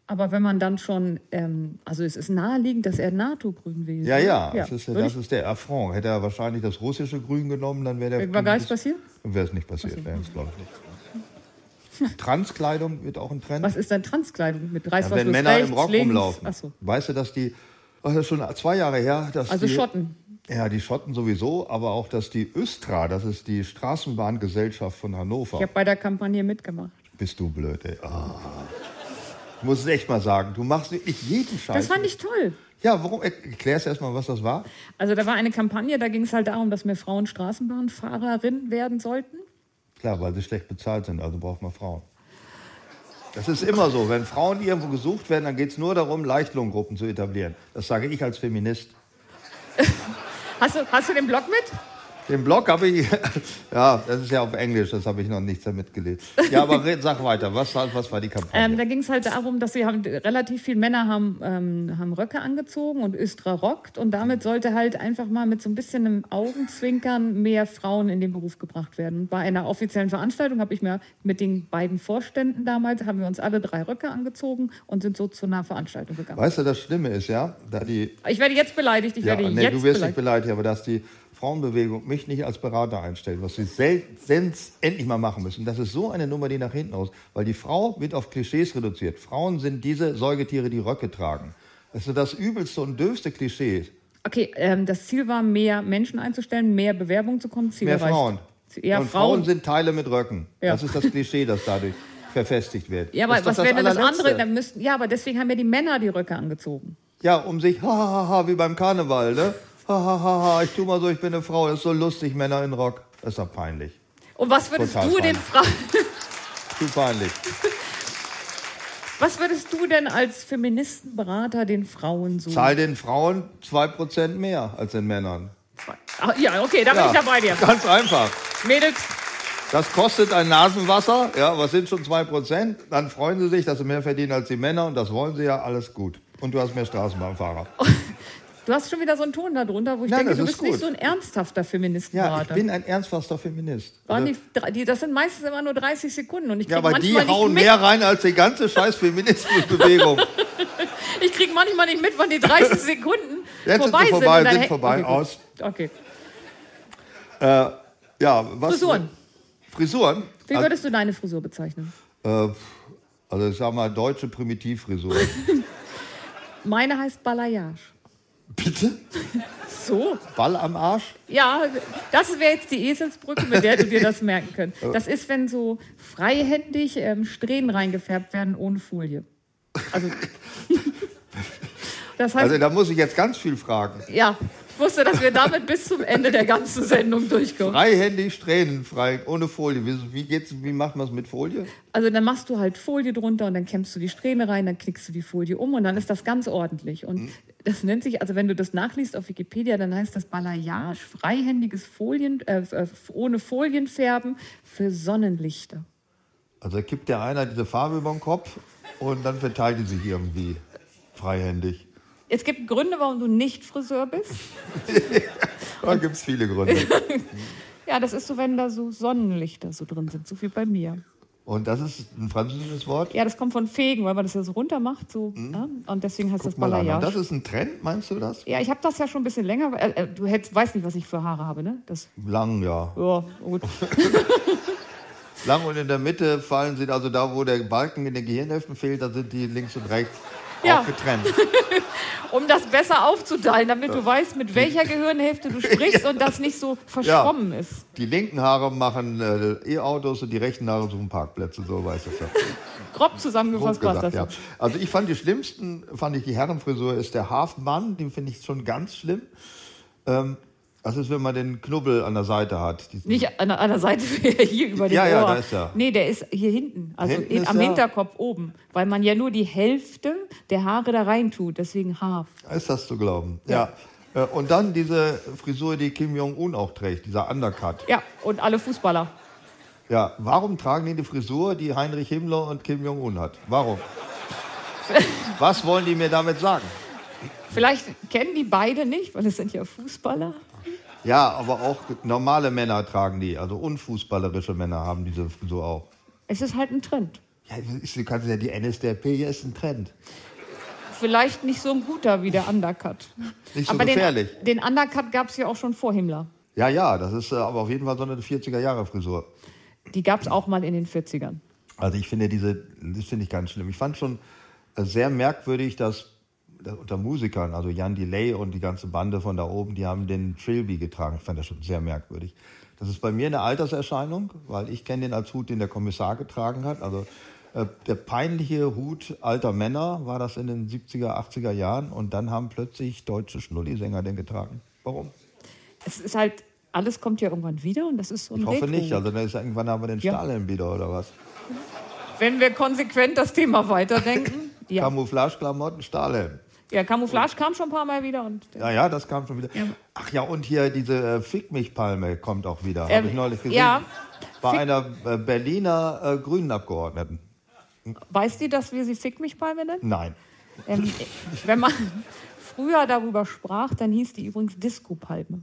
[SPEAKER 3] Aber wenn man dann schon, ähm, also es ist naheliegend, dass er NATO-Grün wählt.
[SPEAKER 4] Ja,
[SPEAKER 3] ne?
[SPEAKER 4] ja, Das, ist,
[SPEAKER 3] Würde
[SPEAKER 4] das ist der Affront. Hätte er wahrscheinlich das russische Grün genommen, dann wäre der.
[SPEAKER 3] ich, war gar nichts passiert?
[SPEAKER 4] Wäre es nicht passiert, wäre es, glaube ich, nicht. Transkleidung wird auch ein Trend.
[SPEAKER 3] Was ist denn Transkleidung mit
[SPEAKER 4] Ja,
[SPEAKER 3] Reißverschluss
[SPEAKER 4] wenn Männer
[SPEAKER 3] rechts,
[SPEAKER 4] im Rock
[SPEAKER 3] links?
[SPEAKER 4] rumlaufen.
[SPEAKER 3] Ach so.
[SPEAKER 4] Weißt du, dass die, oh, das ist schon zwei Jahre her, dass
[SPEAKER 3] Also
[SPEAKER 4] die,
[SPEAKER 3] Schotten.
[SPEAKER 4] Ja, die Schotten sowieso, aber auch, dass die Östra, das ist die Straßenbahngesellschaft von Hannover.
[SPEAKER 3] Ich habe bei der Kampagne mitgemacht.
[SPEAKER 4] Bist du blöd, ey. Ah. Ich muss es echt mal sagen, du machst wirklich jeden Scheiß.
[SPEAKER 3] Das fand ich toll.
[SPEAKER 4] Ja, warum? Erklärst erstmal, was das war?
[SPEAKER 3] Also da war eine Kampagne, da ging es halt darum, dass mehr Frauen Straßenbahnfahrerinnen werden sollten.
[SPEAKER 4] Klar, weil sie schlecht bezahlt sind, also braucht man Frauen. Das ist immer so. Wenn Frauen irgendwo gesucht werden, dann geht es nur darum, Leichtlohngruppen zu etablieren. Das sage ich als Feminist.
[SPEAKER 3] Hast du, hast du den Blog mit?
[SPEAKER 4] Den Blog habe ich, ja, das ist ja auf Englisch, das habe ich noch nichts damit gelesen. Ja, aber red, sag weiter, was, was war die
[SPEAKER 3] Ähm,
[SPEAKER 4] Kampagne?
[SPEAKER 3] da ging es halt darum, dass sie haben, relativ viele Männer haben, ähm, haben Röcke angezogen und Östra rockt. Und damit sollte halt einfach mal mit so ein bisschen einem Augenzwinkern mehr Frauen in den Beruf gebracht werden. Und bei einer offiziellen Veranstaltung habe ich mir mit den beiden Vorständen damals, haben wir uns alle drei Röcke angezogen und sind so zu einer Veranstaltung gegangen.
[SPEAKER 4] weißt du, das Schlimme ist, ja, da die,
[SPEAKER 3] Ich werde jetzt beleidigt, ich
[SPEAKER 4] ja,
[SPEAKER 3] werde
[SPEAKER 4] nee,
[SPEAKER 3] jetzt
[SPEAKER 4] du wirst nicht
[SPEAKER 3] beleidigt.
[SPEAKER 4] beleidigt, aber dass die Frauenbewegung mich nicht als Berater einstellt, was sie selbst endlich mal machen müssen. Das ist so eine Nummer, die nach hinten aus, weil die Frau wird auf Klischees reduziert. Frauen sind diese Säugetiere, die Röcke tragen. Also das übelste und dürfste Klischee.
[SPEAKER 3] Okay, ähm, das Ziel war, mehr Menschen einzustellen, mehr Bewerbung zu kommen. Ziel
[SPEAKER 4] Mehr
[SPEAKER 3] erreicht.
[SPEAKER 4] Frauen.
[SPEAKER 3] Ja,
[SPEAKER 4] und Frauen.
[SPEAKER 3] Frauen.
[SPEAKER 4] sind Teile mit Röcken.
[SPEAKER 3] Ja.
[SPEAKER 4] Das ist das Klischee, das dadurch verfestigt wird.
[SPEAKER 3] ja, aber
[SPEAKER 4] Ist doch
[SPEAKER 3] was wäre denn das
[SPEAKER 4] Allerletzte.
[SPEAKER 3] andere? Dann müssten, ja, aber deswegen haben ja die Männer die Röcke angezogen.
[SPEAKER 4] Ja, um sich, ha, ha, ha, ha, wie beim Karneval, ne? Ha, ha, ha, ha, ich tu mal so, ich bin eine Frau, das ist so lustig, Männer in Rock. Das ist doch peinlich.
[SPEAKER 3] Und was würdest
[SPEAKER 4] Total
[SPEAKER 3] du den Frauen,
[SPEAKER 4] Zu peinlich.
[SPEAKER 3] was würdest du denn als Feministenberater den Frauen so?
[SPEAKER 4] Zahl den Frauen 2% mehr als den Männern.
[SPEAKER 3] Ah, Ja, okay, da bin ich dabei dir.
[SPEAKER 4] Ganz einfach.
[SPEAKER 3] Mädels,
[SPEAKER 4] Das kostet ein Nasenwasser, ja, was sind schon 2%? Dann freuen sie sich, dass sie mehr verdienen als die Männer und das wollen sie ja, alles gut. Und du hast mehr Straßenbahnfahrer.
[SPEAKER 3] Oh du hast schon wieder so einen Ton darunter, wo ich
[SPEAKER 4] Nein,
[SPEAKER 3] denke,
[SPEAKER 4] das
[SPEAKER 3] du
[SPEAKER 4] ist
[SPEAKER 3] bist nicht
[SPEAKER 4] gut.
[SPEAKER 3] so ein ernsthafter
[SPEAKER 4] Ja, ich
[SPEAKER 3] Feministenberater.
[SPEAKER 4] bin ein ernsthafter Feminist.
[SPEAKER 3] Waren die, die, das sind meistens immer nur 30 Sekunden und ich krieg
[SPEAKER 4] ja, aber die
[SPEAKER 3] manchmal
[SPEAKER 4] hauen
[SPEAKER 3] nicht
[SPEAKER 4] mehr rein als die ganze scheiß Feminismusbewegung.
[SPEAKER 3] mit. Ich krieg manchmal nicht mit, wann die 30 Sekunden
[SPEAKER 4] Jetzt sind sie
[SPEAKER 3] vorbei sind.
[SPEAKER 4] vorbei,
[SPEAKER 3] und dann
[SPEAKER 4] sind
[SPEAKER 3] hä-
[SPEAKER 4] vorbei,
[SPEAKER 3] okay, gut.
[SPEAKER 4] aus.
[SPEAKER 3] Okay.
[SPEAKER 4] Ja, was?
[SPEAKER 3] Frisuren.
[SPEAKER 4] Frisuren?
[SPEAKER 3] Wie würdest du deine Frisur bezeichnen?
[SPEAKER 4] Also, äh, also ich sag mal, deutsche Primitivfrisur.
[SPEAKER 3] Meine heißt Balayage.
[SPEAKER 4] Bitte?
[SPEAKER 3] So.
[SPEAKER 4] Ball am Arsch?
[SPEAKER 3] Ja, das wäre jetzt die Eselsbrücke, mit der du dir das merken könntest. Das ist, wenn so freihändig ähm, Strähnen reingefärbt werden ohne Folie. Also, das heißt,
[SPEAKER 4] Also da muss ich jetzt ganz viel fragen.
[SPEAKER 3] ja, ich wusste, dass wir damit bis zum Ende der ganzen Sendung durchkommen.
[SPEAKER 4] Freihändig, strähnenfrei, ohne Folie. Wie, wie, geht's, wie macht man es mit Folie?
[SPEAKER 3] Also dann machst du halt Folie drunter und dann kämmst du die Strähne rein, dann knickst du die Folie um und dann ist das ganz ordentlich. Und
[SPEAKER 4] Mhm.
[SPEAKER 3] das nennt sich, also wenn du das nachliest auf Wikipedia, dann heißt das Balayage, freihändiges Folien, äh, äh, ohne Folienfärben für Sonnenlichter.
[SPEAKER 4] Also da kippt der einer diese Farbe über den Kopf und dann verteilt die sich irgendwie freihändig.
[SPEAKER 3] Es gibt Gründe, warum du nicht Friseur bist.
[SPEAKER 4] Da gibt es viele Gründe.
[SPEAKER 3] Ja, das ist so, wenn da so Sonnenlichter so drin sind, so viel bei mir.
[SPEAKER 4] Und das ist ein französisches Wort.
[SPEAKER 3] Ja, das kommt von Fegen, weil man das ja so runter macht. So, ja? Und deswegen heißt das
[SPEAKER 4] Mhm. Guck mal an. Und
[SPEAKER 3] Balayage.
[SPEAKER 4] das ist ein Trend, meinst du das?
[SPEAKER 3] ja, ich habe das ja schon ein bisschen länger. Äh, äh, du hättest, weißt nicht, was ich für Haare habe, ne? Das,
[SPEAKER 4] Lang, ja.
[SPEAKER 3] ja, gut.
[SPEAKER 4] Lang und in der Mitte fallen sie, also da, wo der Balken in den Gehirnhälften fehlt, da sind die links und rechts
[SPEAKER 3] Ja.
[SPEAKER 4] auch getrennt.
[SPEAKER 3] Um das besser aufzuteilen, damit du weißt, mit welcher Gehirnhälfte du sprichst und das nicht so verschwommen ist.
[SPEAKER 4] Die linken Haare machen äh, E-Autos und die rechten Haare suchen Parkplätze, so weiß ich das. ja.
[SPEAKER 3] Grob zusammengefasst
[SPEAKER 4] Grob
[SPEAKER 3] passt das.
[SPEAKER 4] gesagt, ja. Also ich fand die schlimmsten, fand ich die Herrenfrisur ist der Hafenmann, den finde ich schon ganz schlimm. Ähm, das ist, wenn man den Knubbel an der Seite hat. Diesen-
[SPEAKER 3] Nicht an der, an der Seite, hier über dem
[SPEAKER 4] Ja,
[SPEAKER 3] Ohr.
[SPEAKER 4] ja, da ist er.
[SPEAKER 3] Nee, der ist hier hinten, also
[SPEAKER 4] Hinten
[SPEAKER 3] in,
[SPEAKER 4] ist
[SPEAKER 3] am
[SPEAKER 4] er.
[SPEAKER 3] Hinterkopf oben, weil man ja nur die Hälfte der Haare da rein tut, deswegen Haar.
[SPEAKER 4] Ist das zu glauben? Ja. Äh, Und dann diese Frisur, die Kim Jong-un auch trägt, dieser Undercut.
[SPEAKER 3] Ja, und alle Fußballer.
[SPEAKER 4] Ja, warum tragen die eine Frisur, die Heinrich Himmler und Kim Jong-un hat? Warum? Was wollen die mir damit sagen?
[SPEAKER 3] Vielleicht kennen die beide nicht, weil es sind ja Fußballer.
[SPEAKER 4] Ja, aber auch normale Männer tragen die, also unfußballerische Männer haben diese Frisur auch.
[SPEAKER 3] Es ist halt ein Trend.
[SPEAKER 4] Ja, ist- du kannst ja die NSDAP, ja, ist ein Trend.
[SPEAKER 3] Vielleicht nicht so ein guter wie der Undercut.
[SPEAKER 4] Nicht so
[SPEAKER 3] Aber
[SPEAKER 4] gefährlich.
[SPEAKER 3] Den, den Undercut gab es ja auch schon vor Himmler.
[SPEAKER 4] Ja, ja, das ist äh, aber auf jeden Fall so eine 40er-Jahre-Frisur.
[SPEAKER 3] Die gab es auch mal in den 40ern.
[SPEAKER 4] Also ich finde diese, das finde ich ganz schlimm. Ich fand schon äh, sehr merkwürdig, dass dass unter Musikern, also Jan Delay und die ganze Bande von da oben, die haben den Trilby getragen. Ich fand das schon sehr merkwürdig. Das ist bei mir eine Alterserscheinung, weil ich kenne den als Hut, den der Kommissar getragen hat. Also äh, der peinliche Hut alter Männer war das in den 70er, 80er Jahren und dann haben plötzlich deutsche Schnullisänger den getragen. Warum?
[SPEAKER 3] Es ist halt, alles kommt ja irgendwann wieder und das ist so ein
[SPEAKER 4] Ich hoffe
[SPEAKER 3] Retro.
[SPEAKER 4] nicht. Also dann ist irgendwann haben wir den
[SPEAKER 3] Ja.
[SPEAKER 4] Stalin wieder oder was?
[SPEAKER 3] Wenn wir konsequent das Thema weiterdenken. ja.
[SPEAKER 4] Camouflage-Klamotten, Stalin.
[SPEAKER 3] ja, Camouflage kam schon ein paar Mal wieder und
[SPEAKER 4] Ja, ja, das kam schon wieder. Ach ja, und hier diese äh, Fick mich Palme kommt auch wieder,
[SPEAKER 3] Ähm,
[SPEAKER 4] habe ich neulich gesehen.
[SPEAKER 3] ja.
[SPEAKER 4] Bei
[SPEAKER 3] Fick-
[SPEAKER 4] einer äh, Berliner äh, Grünen Abgeordneten.
[SPEAKER 3] Weiß die, dass wir sie Fick mich Palme nennen?
[SPEAKER 4] Nein.
[SPEAKER 3] Ähm, wenn man früher darüber sprach, dann hieß die übrigens Disco-Palme.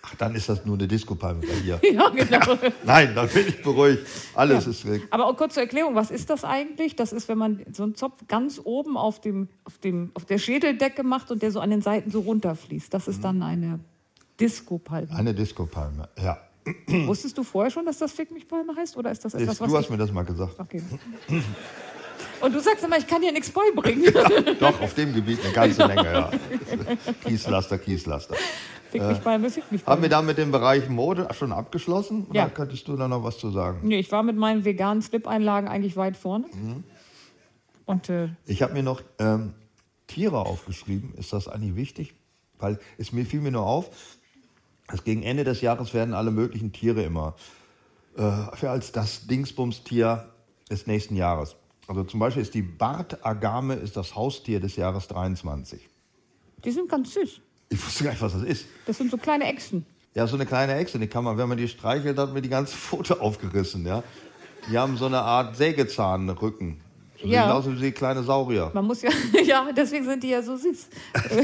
[SPEAKER 4] Ach, dann ist das nur eine Disco-Palme bei ihr.
[SPEAKER 3] Ja, genau.
[SPEAKER 4] Nein, dann bin ich beruhigt. Alles ist weg.
[SPEAKER 3] Aber auch kurz zur Erklärung, was ist das eigentlich? Das ist, wenn man so einen Zopf ganz oben auf, dem, auf, dem, auf der Schädeldecke macht und der so an den Seiten so runterfließt. Das
[SPEAKER 4] Mhm.
[SPEAKER 3] ist dann eine Disco-Palme.
[SPEAKER 4] Eine Disco-Palme, ja.
[SPEAKER 3] Wusstest du vorher schon, dass das Fick mich Palme heißt? Oder ist das etwas,
[SPEAKER 4] Ist,
[SPEAKER 3] was
[SPEAKER 4] Hm. du hast
[SPEAKER 3] ich...
[SPEAKER 4] mir das mal gesagt.
[SPEAKER 3] Okay. Und du sagst immer, ich kann dir nichts beibringen.
[SPEAKER 4] Doch, auf dem Gebiet eine ganze Menge, ja. Kieslaster, Kieslaster.
[SPEAKER 3] fick mich Palme, fick mich
[SPEAKER 4] Haben
[SPEAKER 3] Palme.
[SPEAKER 4] wir damit den Bereich Mode schon abgeschlossen?
[SPEAKER 3] Ja.
[SPEAKER 4] Oder könntest du da noch was zu sagen?
[SPEAKER 3] Nee, ich war mit meinen veganen Slip-Einlagen eigentlich weit vorne.
[SPEAKER 4] Mhm.
[SPEAKER 3] Und äh,
[SPEAKER 4] Ich habe mir noch ähm, Tiere aufgeschrieben. Ist das eigentlich wichtig? Weil es mir fiel mir nur auf, dass gegen Ende des Jahres werden alle möglichen Tiere immer äh, für als das Dingsbumstier des nächsten Jahres. Also zum Beispiel ist die Bartagame ist das Haustier des Jahres 23.
[SPEAKER 3] Die sind ganz süß.
[SPEAKER 4] Ich wusste gar nicht, was das ist.
[SPEAKER 3] Das sind so kleine Echsen.
[SPEAKER 4] Ja, so eine kleine Echse, die kann man, wenn man die streichelt, hat man die ganze Pfote aufgerissen, ja. Die haben so eine Art Sägezahnrücken. So
[SPEAKER 3] Ja.
[SPEAKER 4] Sehen aus wie kleine Saurier.
[SPEAKER 3] Man muss ja, ja, deswegen sind die ja so süß.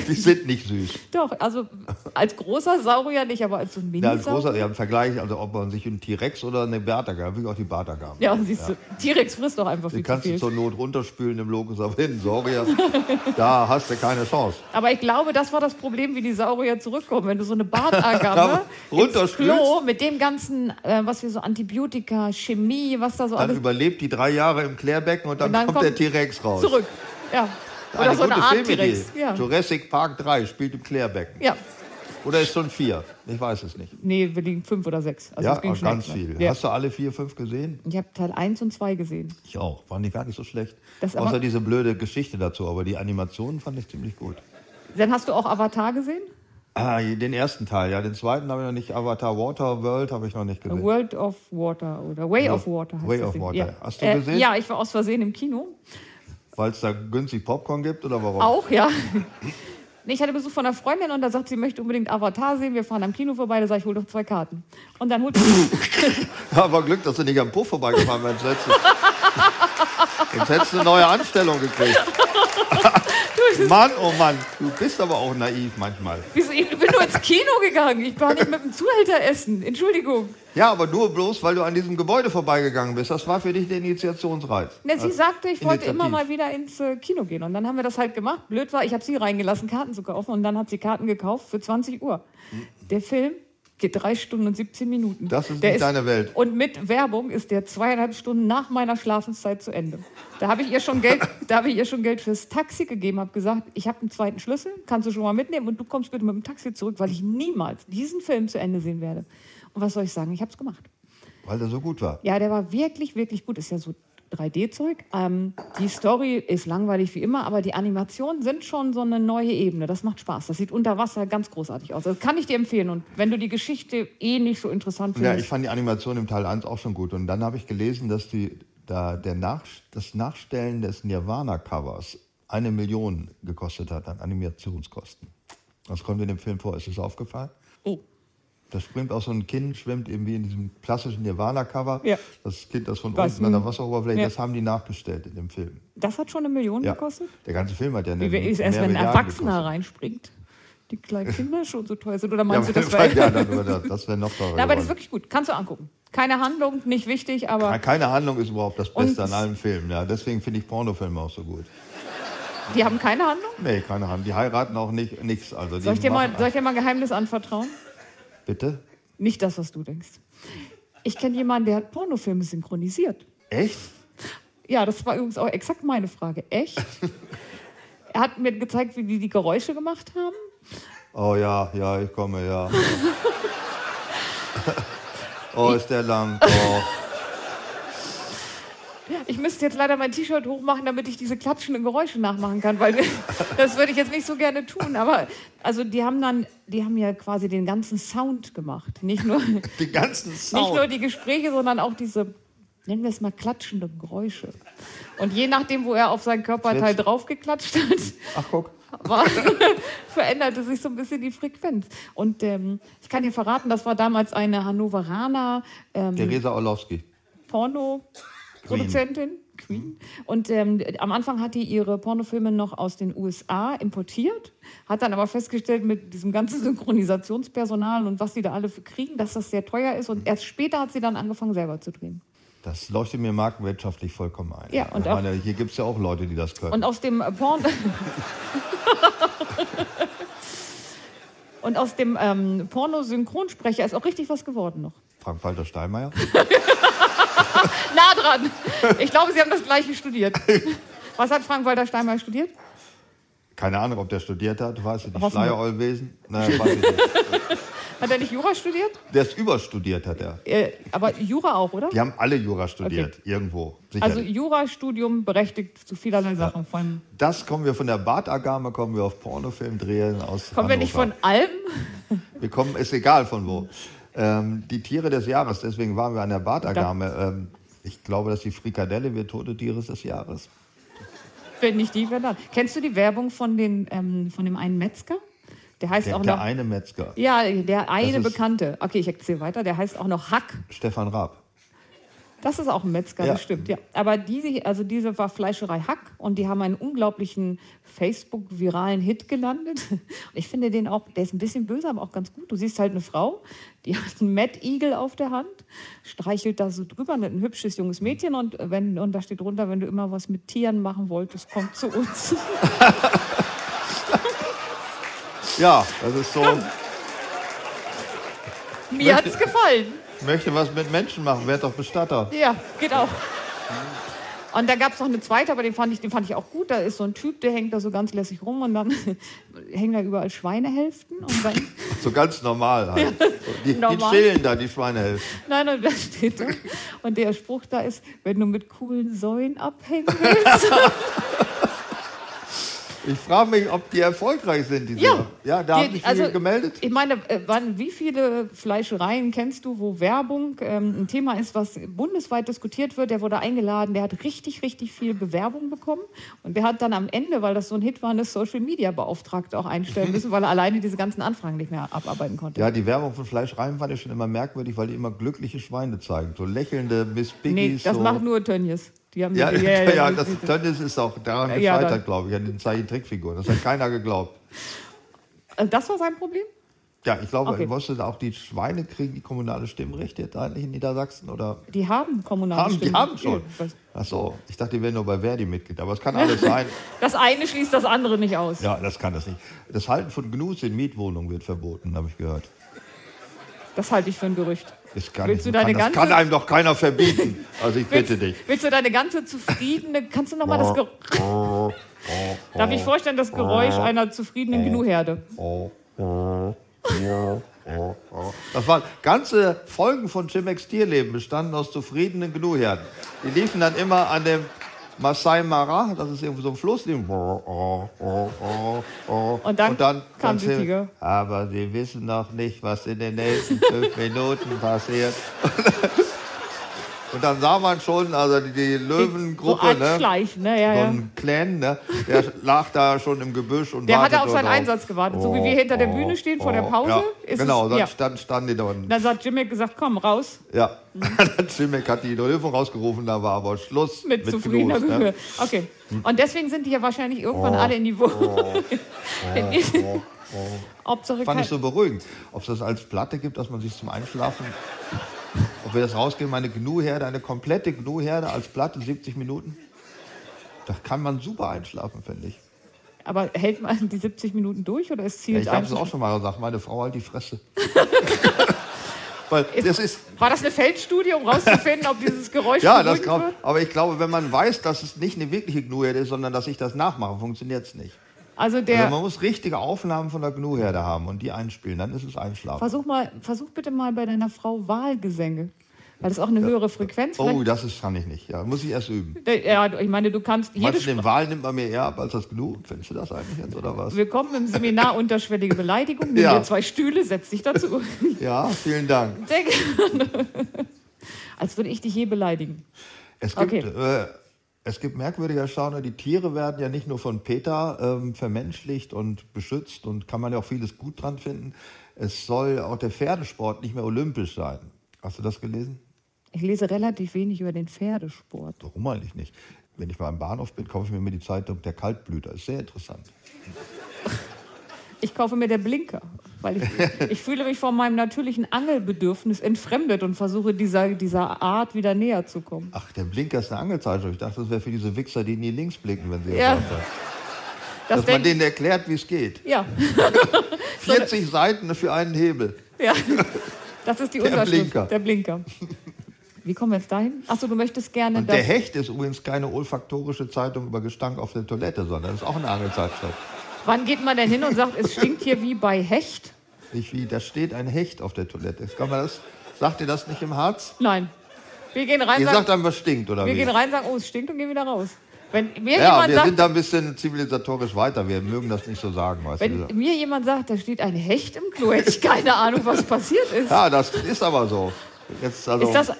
[SPEAKER 4] Die sind nicht süß.
[SPEAKER 3] Doch, also als großer Saurier nicht, aber als so ein
[SPEAKER 4] Ja, als
[SPEAKER 3] Mini-Saurier.
[SPEAKER 4] großer, ja, im Vergleich, also ob man sich einen T-Rex oder eine Bartagame, wie auch die Bartagame.
[SPEAKER 3] Ja, siehst du, T-Rex frisst doch einfach
[SPEAKER 4] Die
[SPEAKER 3] viel zu
[SPEAKER 4] kannst du
[SPEAKER 3] viel.
[SPEAKER 4] zur Not runterspülen im Logos, aber hin, Saurier, da hast du keine Chance.
[SPEAKER 3] Aber ich glaube, das war das Problem, wie die Saurier zurückkommen. Wenn du so eine Bartagamme ins
[SPEAKER 4] Runterspülst.
[SPEAKER 3] Klo mit dem ganzen, äh, was wir so Antibiotika, Chemie, was da so
[SPEAKER 4] Dann
[SPEAKER 3] alles
[SPEAKER 4] überlebt die drei Jahre im Klärbecken und dann,
[SPEAKER 3] Und dann
[SPEAKER 4] kommt der
[SPEAKER 3] kommt
[SPEAKER 4] T-Rex raus.
[SPEAKER 3] zurück. Ja. Oder
[SPEAKER 4] Eine
[SPEAKER 3] so eine
[SPEAKER 4] gute
[SPEAKER 3] Art
[SPEAKER 4] Filmidee.
[SPEAKER 3] T-Rex. Ja.
[SPEAKER 4] Jurassic Park 3 spielt im Klärbecken.
[SPEAKER 3] ja.
[SPEAKER 4] Oder ist schon vier? Ich weiß es nicht.
[SPEAKER 3] Nee, wir liegen fünf oder sechs. Also
[SPEAKER 4] ja,
[SPEAKER 3] es ging
[SPEAKER 4] auch ganz
[SPEAKER 3] schnell.
[SPEAKER 4] viel.
[SPEAKER 3] Ja.
[SPEAKER 4] Hast du alle vier, fünf gesehen?
[SPEAKER 3] Ich habe Teil 1 und 2 gesehen.
[SPEAKER 4] Ich auch. Waren die gar nicht so schlecht.
[SPEAKER 3] Das aber-
[SPEAKER 4] Außer diese blöde Geschichte dazu, aber die Animationen fand ich ziemlich gut.
[SPEAKER 3] Dann hast du auch Avatar gesehen?
[SPEAKER 4] Ah, den ersten Teil, ja. Den zweiten habe ich noch nicht. Avatar Water World habe ich noch nicht gesehen.
[SPEAKER 3] World of Water oder Way of Water heißt
[SPEAKER 4] Way
[SPEAKER 3] das
[SPEAKER 4] of
[SPEAKER 3] Ding.
[SPEAKER 4] Water.
[SPEAKER 3] Ja.
[SPEAKER 4] Hast du
[SPEAKER 3] äh,
[SPEAKER 4] gesehen?
[SPEAKER 3] Ja, ich war aus Versehen im Kino.
[SPEAKER 4] Weil es da günstig Popcorn gibt oder warum?
[SPEAKER 3] Auch, ja. Nee, Ich hatte Besuch von einer Freundin und da sagt sie, möchte unbedingt Avatar sehen. Wir fahren am Kino vorbei. Da sage ich, hol doch zwei Karten. Und dann holt
[SPEAKER 4] Aber Glück, dass du nicht am Puff vorbeigefahren bist. Sonst hättest du- Sonst hättest du eine neue Anstellung gekriegt. Mann, oh Mann, du bist aber auch naiv manchmal.
[SPEAKER 3] Wieso? Ich bin nur ins Kino gegangen. Ich war nicht mit dem Zuhälter essen. Entschuldigung.
[SPEAKER 4] Ja, aber nur bloß, weil du an diesem Gebäude vorbeigegangen bist. Das war für dich der Initiationsreiz.
[SPEAKER 3] Na, Ne, sie
[SPEAKER 4] Also,
[SPEAKER 3] sagte, ich wollte
[SPEAKER 4] initiativ.
[SPEAKER 3] immer mal wieder ins äh, Kino gehen. Und dann haben wir das halt gemacht. Blöd war, ich habe sie reingelassen, Karten zu kaufen. Und dann hat sie Karten gekauft für 20 Uhr. Der Film geht drei Stunden und 17 Minuten.
[SPEAKER 4] Mhm. Das ist
[SPEAKER 3] der
[SPEAKER 4] nicht deine Welt.
[SPEAKER 3] Und mit Werbung ist der zweieinhalb Stunden nach meiner Schlafenszeit zu Ende. Da habe ich ihr schon Geld, da habe ich ihr schon Geld fürs Taxi gegeben, habe gesagt, ich habe einen zweiten Schlüssel, kannst du schon mal mitnehmen und du kommst bitte mit dem Taxi zurück, weil ich niemals diesen Film zu Ende sehen werde. Und was soll ich sagen? Ich habe es gemacht.
[SPEAKER 4] Weil der so gut war.
[SPEAKER 3] Ja, der war wirklich, wirklich gut. Ist ja so 3D-Zeug. Ähm, die Story ist langweilig wie immer, aber die Animationen sind schon so eine neue Ebene. Das macht Spaß. Das sieht unter Wasser ganz großartig aus. Das kann ich dir empfehlen. Und wenn du die Geschichte eh nicht so interessant
[SPEAKER 4] Ja, ich
[SPEAKER 3] findest.
[SPEAKER 4] fand die Animation im Teil 1 auch schon gut. Und dann habe ich gelesen, dass die, da der Nach, das Nachstellen des Nirvana-Covers eine Million gekostet hat an Animationskosten. Das kommt in dem Film vor. Ist es aufgefallen?
[SPEAKER 3] Oh.
[SPEAKER 4] Da schwimmt auch so ein Kind, schwimmt eben wie in diesem klassischen Nirvana-Cover.
[SPEAKER 3] Ja.
[SPEAKER 4] Das Kind, das von
[SPEAKER 3] Was
[SPEAKER 4] unten an der
[SPEAKER 3] ein-
[SPEAKER 4] Wasseroberfläche,
[SPEAKER 3] Ja.
[SPEAKER 4] das haben die nachgestellt in dem Film.
[SPEAKER 3] Das hat schon eine Million
[SPEAKER 4] Ja.
[SPEAKER 3] gekostet.
[SPEAKER 4] Der ganze Film hat ja eine
[SPEAKER 3] Wie wäre es erst,
[SPEAKER 4] mehr
[SPEAKER 3] wenn ein
[SPEAKER 4] Milliarden
[SPEAKER 3] Erwachsener
[SPEAKER 4] gekostet.
[SPEAKER 3] reinspringt? Die kleinen Kinder schon so teuer sind. Oder
[SPEAKER 4] Ja,
[SPEAKER 3] meinst du, also das
[SPEAKER 4] weil-
[SPEAKER 3] wäre.
[SPEAKER 4] ja, dann- das, das wäre noch teurer.
[SPEAKER 3] Na, aber das
[SPEAKER 4] geworden.
[SPEAKER 3] ist wirklich gut. Kannst du angucken. Keine Handlung, nicht wichtig,
[SPEAKER 4] Ja,
[SPEAKER 3] aber
[SPEAKER 4] Keine Handlung ist überhaupt das
[SPEAKER 3] Und-
[SPEAKER 4] Beste an allen Filmen. Ja. Deswegen finde ich Pornofilme auch so gut.
[SPEAKER 3] die haben keine Handlung.
[SPEAKER 4] Nee, keine Handlung. Die heiraten auch nicht, nichts. Also die
[SPEAKER 3] Soll ich, dir mal,
[SPEAKER 4] machen-
[SPEAKER 3] soll ich dir mal ein Geheimnis anvertrauen?
[SPEAKER 4] Bitte?
[SPEAKER 3] Nicht das, was du denkst. Ich kenne jemanden, der hat Pornofilme synchronisiert.
[SPEAKER 4] Echt?
[SPEAKER 3] Ja, das war übrigens auch exakt meine Frage. Echt? er hat mir gezeigt, wie die die Geräusche gemacht haben.
[SPEAKER 4] Oh ja, ja, ich komme, ja. oh, ist der lang. Oh.
[SPEAKER 3] Ich müsste jetzt leider mein T-Shirt hochmachen, damit ich diese klatschenden Geräusche nachmachen kann, weil das würde ich jetzt nicht so gerne tun. Aber also die haben dann, die haben ja quasi den ganzen Sound gemacht. Nicht nur, nicht
[SPEAKER 4] Die ganzen
[SPEAKER 3] nur
[SPEAKER 4] Sound.
[SPEAKER 3] die Gespräche, sondern auch diese, nennen wir es mal, klatschenden Geräusche. Und je nachdem, wo er auf seinen Körperteil
[SPEAKER 4] Jetzt-
[SPEAKER 3] draufgeklatscht hat,
[SPEAKER 4] Ach, guck.
[SPEAKER 3] war, veränderte sich so ein bisschen die Frequenz. Und ähm, ich kann dir verraten, das war damals eine Hannoveraner ähm,
[SPEAKER 4] Theresa Orlowski.
[SPEAKER 3] Porno-Produzentin. Queen. Und ähm, am Anfang hat die ihre Pornofilme noch aus den USA importiert, hat dann aber festgestellt, mit diesem ganzen Synchronisationspersonal und was die da alle für kriegen, dass das sehr teuer ist. Und erst später hat sie dann angefangen, selber zu drehen.
[SPEAKER 4] Das leuchtet mir markenwirtschaftlich vollkommen ein.
[SPEAKER 3] Ja, und
[SPEAKER 4] ich
[SPEAKER 3] auch-
[SPEAKER 4] meine, hier gibt es ja auch Leute, die das können.
[SPEAKER 3] Und aus dem äh, Porn. Und aus dem ähm, Porno-Synchronsprecher ist auch richtig was geworden noch.
[SPEAKER 4] Frank-Walter Steinmeier?
[SPEAKER 3] Nah dran! Ich glaube, Sie haben das Gleiche studiert. Was hat Frank-Walter Steinmeier studiert?
[SPEAKER 4] Keine Ahnung, ob der studiert hat, weiß ich nicht.
[SPEAKER 3] Hoffentlich.
[SPEAKER 4] Schleierollwesen? Nein, weiß ich nicht.
[SPEAKER 3] Hat er nicht Jura studiert?
[SPEAKER 4] Der ist überstudiert, hat er.
[SPEAKER 3] Äh, aber Jura auch, oder?
[SPEAKER 4] Die haben alle Jura studiert, irgendwo. Sicher.
[SPEAKER 3] Also Jurastudium berechtigt zu vielerlei Sachen. Von,
[SPEAKER 4] das kommen wir von der Bartagame, kommen wir auf Pornofilmdrehen aus
[SPEAKER 3] kommen wir nicht
[SPEAKER 4] Hannover.
[SPEAKER 3] von allem?
[SPEAKER 4] Wir kommen, ist egal von wo. Ähm, die Tiere des Jahres, deswegen waren wir an der Bartagame. Ähm, ich glaube, dass die Frikadelle wird tote Tiere des Jahres.
[SPEAKER 3] Wenn nicht die, wer dann? Kennst du die Werbung von, den, ähm, von dem einen Metzger? Der heißt
[SPEAKER 4] Der,
[SPEAKER 3] auch
[SPEAKER 4] der
[SPEAKER 3] noch.
[SPEAKER 4] eine Metzger,
[SPEAKER 3] ja, der eine
[SPEAKER 4] ist-
[SPEAKER 3] Bekannte. Okay, ich erzähle weiter. Der heißt auch noch Hack.
[SPEAKER 4] Stefan Raab.
[SPEAKER 3] Das ist auch ein Metzger,
[SPEAKER 4] Ja.
[SPEAKER 3] das stimmt, ja. Aber diese, also diese war Fleischerei Hack und die haben einen unglaublichen Facebook-viralen Hit gelandet. Und ich finde den auch, der ist ein bisschen böse, aber auch ganz gut. Du siehst halt eine Frau, die hat einen Mad Eagle auf der Hand, streichelt da so drüber, ein hübsches junges Mädchen und, wenn, und da steht drunter, wenn du immer was mit Tieren machen wolltest, komm zu uns.
[SPEAKER 4] Ja, das ist so.
[SPEAKER 3] Mir hat's gefallen.
[SPEAKER 4] Möchte was mit Menschen machen, werd doch Bestatter.
[SPEAKER 3] Ja, geht auch. Und da gab es noch eine zweite, aber den fand, ich, den fand ich auch gut. Da ist so ein Typ, der hängt da so ganz lässig rum und dann hängen da überall Schweinehälften. Und dann,
[SPEAKER 4] So ganz normal halt. Die,
[SPEAKER 3] normal.
[SPEAKER 4] die chillen da, die Schweinehälften.
[SPEAKER 3] nein, und da steht da. Und der Spruch da ist, wenn du mit coolen Säulen abhängen willst.
[SPEAKER 4] Ich frage mich, ob die erfolgreich sind, diese.
[SPEAKER 3] Ja,
[SPEAKER 4] ja da
[SPEAKER 3] Die- also
[SPEAKER 4] haben sich viele gemeldet.
[SPEAKER 3] Ich meine, äh, wann, wie viele Fleischereien kennst du, wo Werbung ähm, ein Thema ist, was bundesweit diskutiert wird? Der wurde eingeladen, der hat richtig, richtig viel Bewerbung bekommen. Und der hat dann am Ende, weil das so ein Hit war, eine Social Media Beauftragte auch einstellen müssen, weil er alleine diese ganzen Anfragen nicht mehr abarbeiten konnte.
[SPEAKER 4] Ja, die Werbung von Fleischreiben fand ich schon immer merkwürdig, weil die immer glückliche Schweine zeigen. So lächelnde Miss Piggy.
[SPEAKER 3] nee, das
[SPEAKER 4] so.
[SPEAKER 3] macht nur Tönnies. Die haben
[SPEAKER 4] Ja,
[SPEAKER 3] die,
[SPEAKER 4] ja, ja, das Tönnies ist auch daran
[SPEAKER 3] Ja, dann-
[SPEAKER 4] gescheitert, glaube ich, an den Zeichentrickfiguren. Das hat keiner geglaubt.
[SPEAKER 3] Äh, das war sein Problem?
[SPEAKER 4] Ja, ich glaube,
[SPEAKER 3] Okay.
[SPEAKER 4] okay. wusste auch die Schweine kriegen die kommunale Stimmrechte jetzt eigentlich in Niedersachsen oder
[SPEAKER 3] Die haben kommunale
[SPEAKER 4] haben die
[SPEAKER 3] Stimmen.
[SPEAKER 4] haben schon.
[SPEAKER 3] Ja, was-
[SPEAKER 4] Ach so, ich dachte, die wären nur bei Verdi Mitglied, aber es kann alles sein.
[SPEAKER 3] Das eine schließt das andere nicht aus.
[SPEAKER 4] Ja, das kann das nicht. Das Halten von Gnus in Mietwohnungen wird verboten, habe ich gehört.
[SPEAKER 3] Das halte ich für ein Gerücht.
[SPEAKER 4] Das kann,
[SPEAKER 3] Willst du
[SPEAKER 4] nicht- man
[SPEAKER 3] deine
[SPEAKER 4] kann,
[SPEAKER 3] ganze-
[SPEAKER 4] das kann einem doch keiner verbieten. Also ich bitte dich.
[SPEAKER 3] Willst du deine ganze zufriedene, kannst du nochmal das Geräusch, darf ich vorstellen, das Geräusch einer zufriedenen Gnuherde?
[SPEAKER 4] Äh, Das waren ganze Folgen von Jimex Tierleben bestanden aus zufriedenen Gnuherden. Die liefen dann immer an dem Masai Mara, das ist irgendwie so ein Fluss, die- und
[SPEAKER 3] Und dann kam
[SPEAKER 4] ganz
[SPEAKER 3] die
[SPEAKER 4] hin,
[SPEAKER 3] Tiger.
[SPEAKER 4] Aber sie wissen noch nicht, was in den nächsten fünf Minuten passiert. Und dann sah man schon, also die, die Löwengruppe,
[SPEAKER 3] so
[SPEAKER 4] ne?
[SPEAKER 3] anschleichen, ne? Ja,
[SPEAKER 4] so
[SPEAKER 3] ja.
[SPEAKER 4] ein Clan, ne? der lag da schon im Gebüsch und
[SPEAKER 3] Der
[SPEAKER 4] wartete
[SPEAKER 3] hatte auf seinen
[SPEAKER 4] und
[SPEAKER 3] Einsatz gewartet. So wie wir hinter der Bühne stehen vor der Pause,
[SPEAKER 4] Oh, ja,
[SPEAKER 3] ist
[SPEAKER 4] genau,
[SPEAKER 3] es-
[SPEAKER 4] dann
[SPEAKER 3] ja.
[SPEAKER 4] stand, standen die da unten.
[SPEAKER 3] Dann hat Jimmy gesagt, komm, raus
[SPEAKER 4] Ja, dann Schimek hat die Hilfe rausgerufen, da war aber Schluss
[SPEAKER 3] mit, zufriedener
[SPEAKER 4] Gnus, ne? Oh.
[SPEAKER 3] Gnuhe. Okay. Und deswegen sind die ja wahrscheinlich irgendwann alle in die Wohnung. In die- Hauptsache
[SPEAKER 4] Fand
[SPEAKER 3] kein,
[SPEAKER 4] ich so beruhigend. Ob es das als Platte gibt, dass man sich zum Einschlafen, ob wir das rausgeben, eine Gnu-Herde, eine komplette Gnu-Herde als Platte, 70 Minuten. Da kann man super einschlafen, finde ich.
[SPEAKER 3] aber hält man die 70 Minuten durch oder es
[SPEAKER 4] Ja,
[SPEAKER 3] zielt
[SPEAKER 4] ich habe es
[SPEAKER 3] einfach?
[SPEAKER 4] auch schon mal gesagt, meine Frau halt die Fresse. Weil das ist,
[SPEAKER 3] War das eine Feldstudie, um rauszufinden, ob dieses Geräusch
[SPEAKER 4] ja, das
[SPEAKER 3] beruhigend
[SPEAKER 4] glaub,
[SPEAKER 3] wird?
[SPEAKER 4] aber ich glaube, wenn man weiß, dass es nicht eine wirkliche Gnu-Herde ist, sondern dass ich das nachmache, funktioniert es nicht.
[SPEAKER 3] Also der
[SPEAKER 4] Also man muss richtige Aufnahmen von der Gnu-Herde haben und die einspielen, dann ist es Einschlafen.
[SPEAKER 3] Versuch, mal, versuch bitte mal bei deiner Frau Wahlgesänge. Weil das ist auch eine höhere Frequenz.
[SPEAKER 4] Oh,
[SPEAKER 3] vielleicht-
[SPEAKER 4] das ist, kann ich nicht. Ja, muss ich erst üben.
[SPEAKER 3] ja, ich meine, du kannst jede
[SPEAKER 4] Meinst du,
[SPEAKER 3] Sprache.
[SPEAKER 4] den Wahl nimmt man mir eher ab als das Gnu? Findest du das eigentlich jetzt oder was?
[SPEAKER 3] Willkommen im Seminar Unterschwellige Beleidigung. Nimm
[SPEAKER 4] Ja.
[SPEAKER 3] dir zwei Stühle, setz dich dazu.
[SPEAKER 4] Ja, vielen Dank.
[SPEAKER 3] Sehr gerne. Als würde ich dich je beleidigen.
[SPEAKER 4] Es gibt,
[SPEAKER 3] Okay.
[SPEAKER 4] äh, es gibt merkwürdige Erstauner. Die Tiere werden ja nicht nur von Peter ähm, vermenschlicht und beschützt und kann man ja auch vieles gut dran finden. Es soll auch der Pferdesport nicht mehr olympisch sein. Hast du das gelesen?
[SPEAKER 3] Ich lese relativ wenig über den Pferdesport.
[SPEAKER 4] Warum eigentlich nicht? Wenn ich mal im Bahnhof bin, kaufe ich mir immer die Zeitung Der Kaltblüter. Ist sehr interessant.
[SPEAKER 3] Ich kaufe mir der Blinker, weil ich, ich fühle mich von meinem natürlichen Angelbedürfnis entfremdet und versuche dieser, dieser Art wieder näher zu kommen.
[SPEAKER 4] Ach, der Blinker ist eine Angelzeichnung. Ich dachte, das wäre für diese Wichser, die nie links blinken, wenn sie
[SPEAKER 3] Ja,
[SPEAKER 4] jetzt anfangen.
[SPEAKER 3] Das
[SPEAKER 4] Dass man
[SPEAKER 3] denk-
[SPEAKER 4] denen erklärt, wie es geht.
[SPEAKER 3] ja,
[SPEAKER 4] 40 Seiten für einen Hebel.
[SPEAKER 3] Ja, das ist die
[SPEAKER 4] Der
[SPEAKER 3] Unterschrift.
[SPEAKER 4] Blinker.
[SPEAKER 3] Der Blinker. Wie kommen wir jetzt dahin? Achso, du möchtest gerne
[SPEAKER 4] Und der
[SPEAKER 3] das.
[SPEAKER 4] Hecht ist übrigens keine olfaktorische Zeitung über Gestank auf der Toilette, sondern das ist auch eine Angelzeitschrift.
[SPEAKER 3] Wann geht man denn hin und sagt, es stinkt hier wie bei Hecht?
[SPEAKER 4] Nicht wie, da steht ein Hecht auf der Toilette. Kann man das, sagt ihr das nicht im Harz?
[SPEAKER 3] Nein. Wir gehen rein,
[SPEAKER 4] Ihr sagt
[SPEAKER 3] sagen,
[SPEAKER 4] einem, was stinkt, oder
[SPEAKER 3] wir
[SPEAKER 4] wie?
[SPEAKER 3] gehen rein, sagen, oh, es stinkt und gehen wieder raus. Wenn mir
[SPEAKER 4] Ja,
[SPEAKER 3] jemand
[SPEAKER 4] wir
[SPEAKER 3] sagt,
[SPEAKER 4] sind da ein bisschen zivilisatorisch weiter. Wir mögen das nicht so sagen, weißt
[SPEAKER 3] Wenn
[SPEAKER 4] du.
[SPEAKER 3] mir jemand sagt, da steht ein Hecht im Klo, hätte ich keine Ahnung, was passiert ist.
[SPEAKER 4] Ja, das ist aber so. Jetzt, also,
[SPEAKER 3] Ist das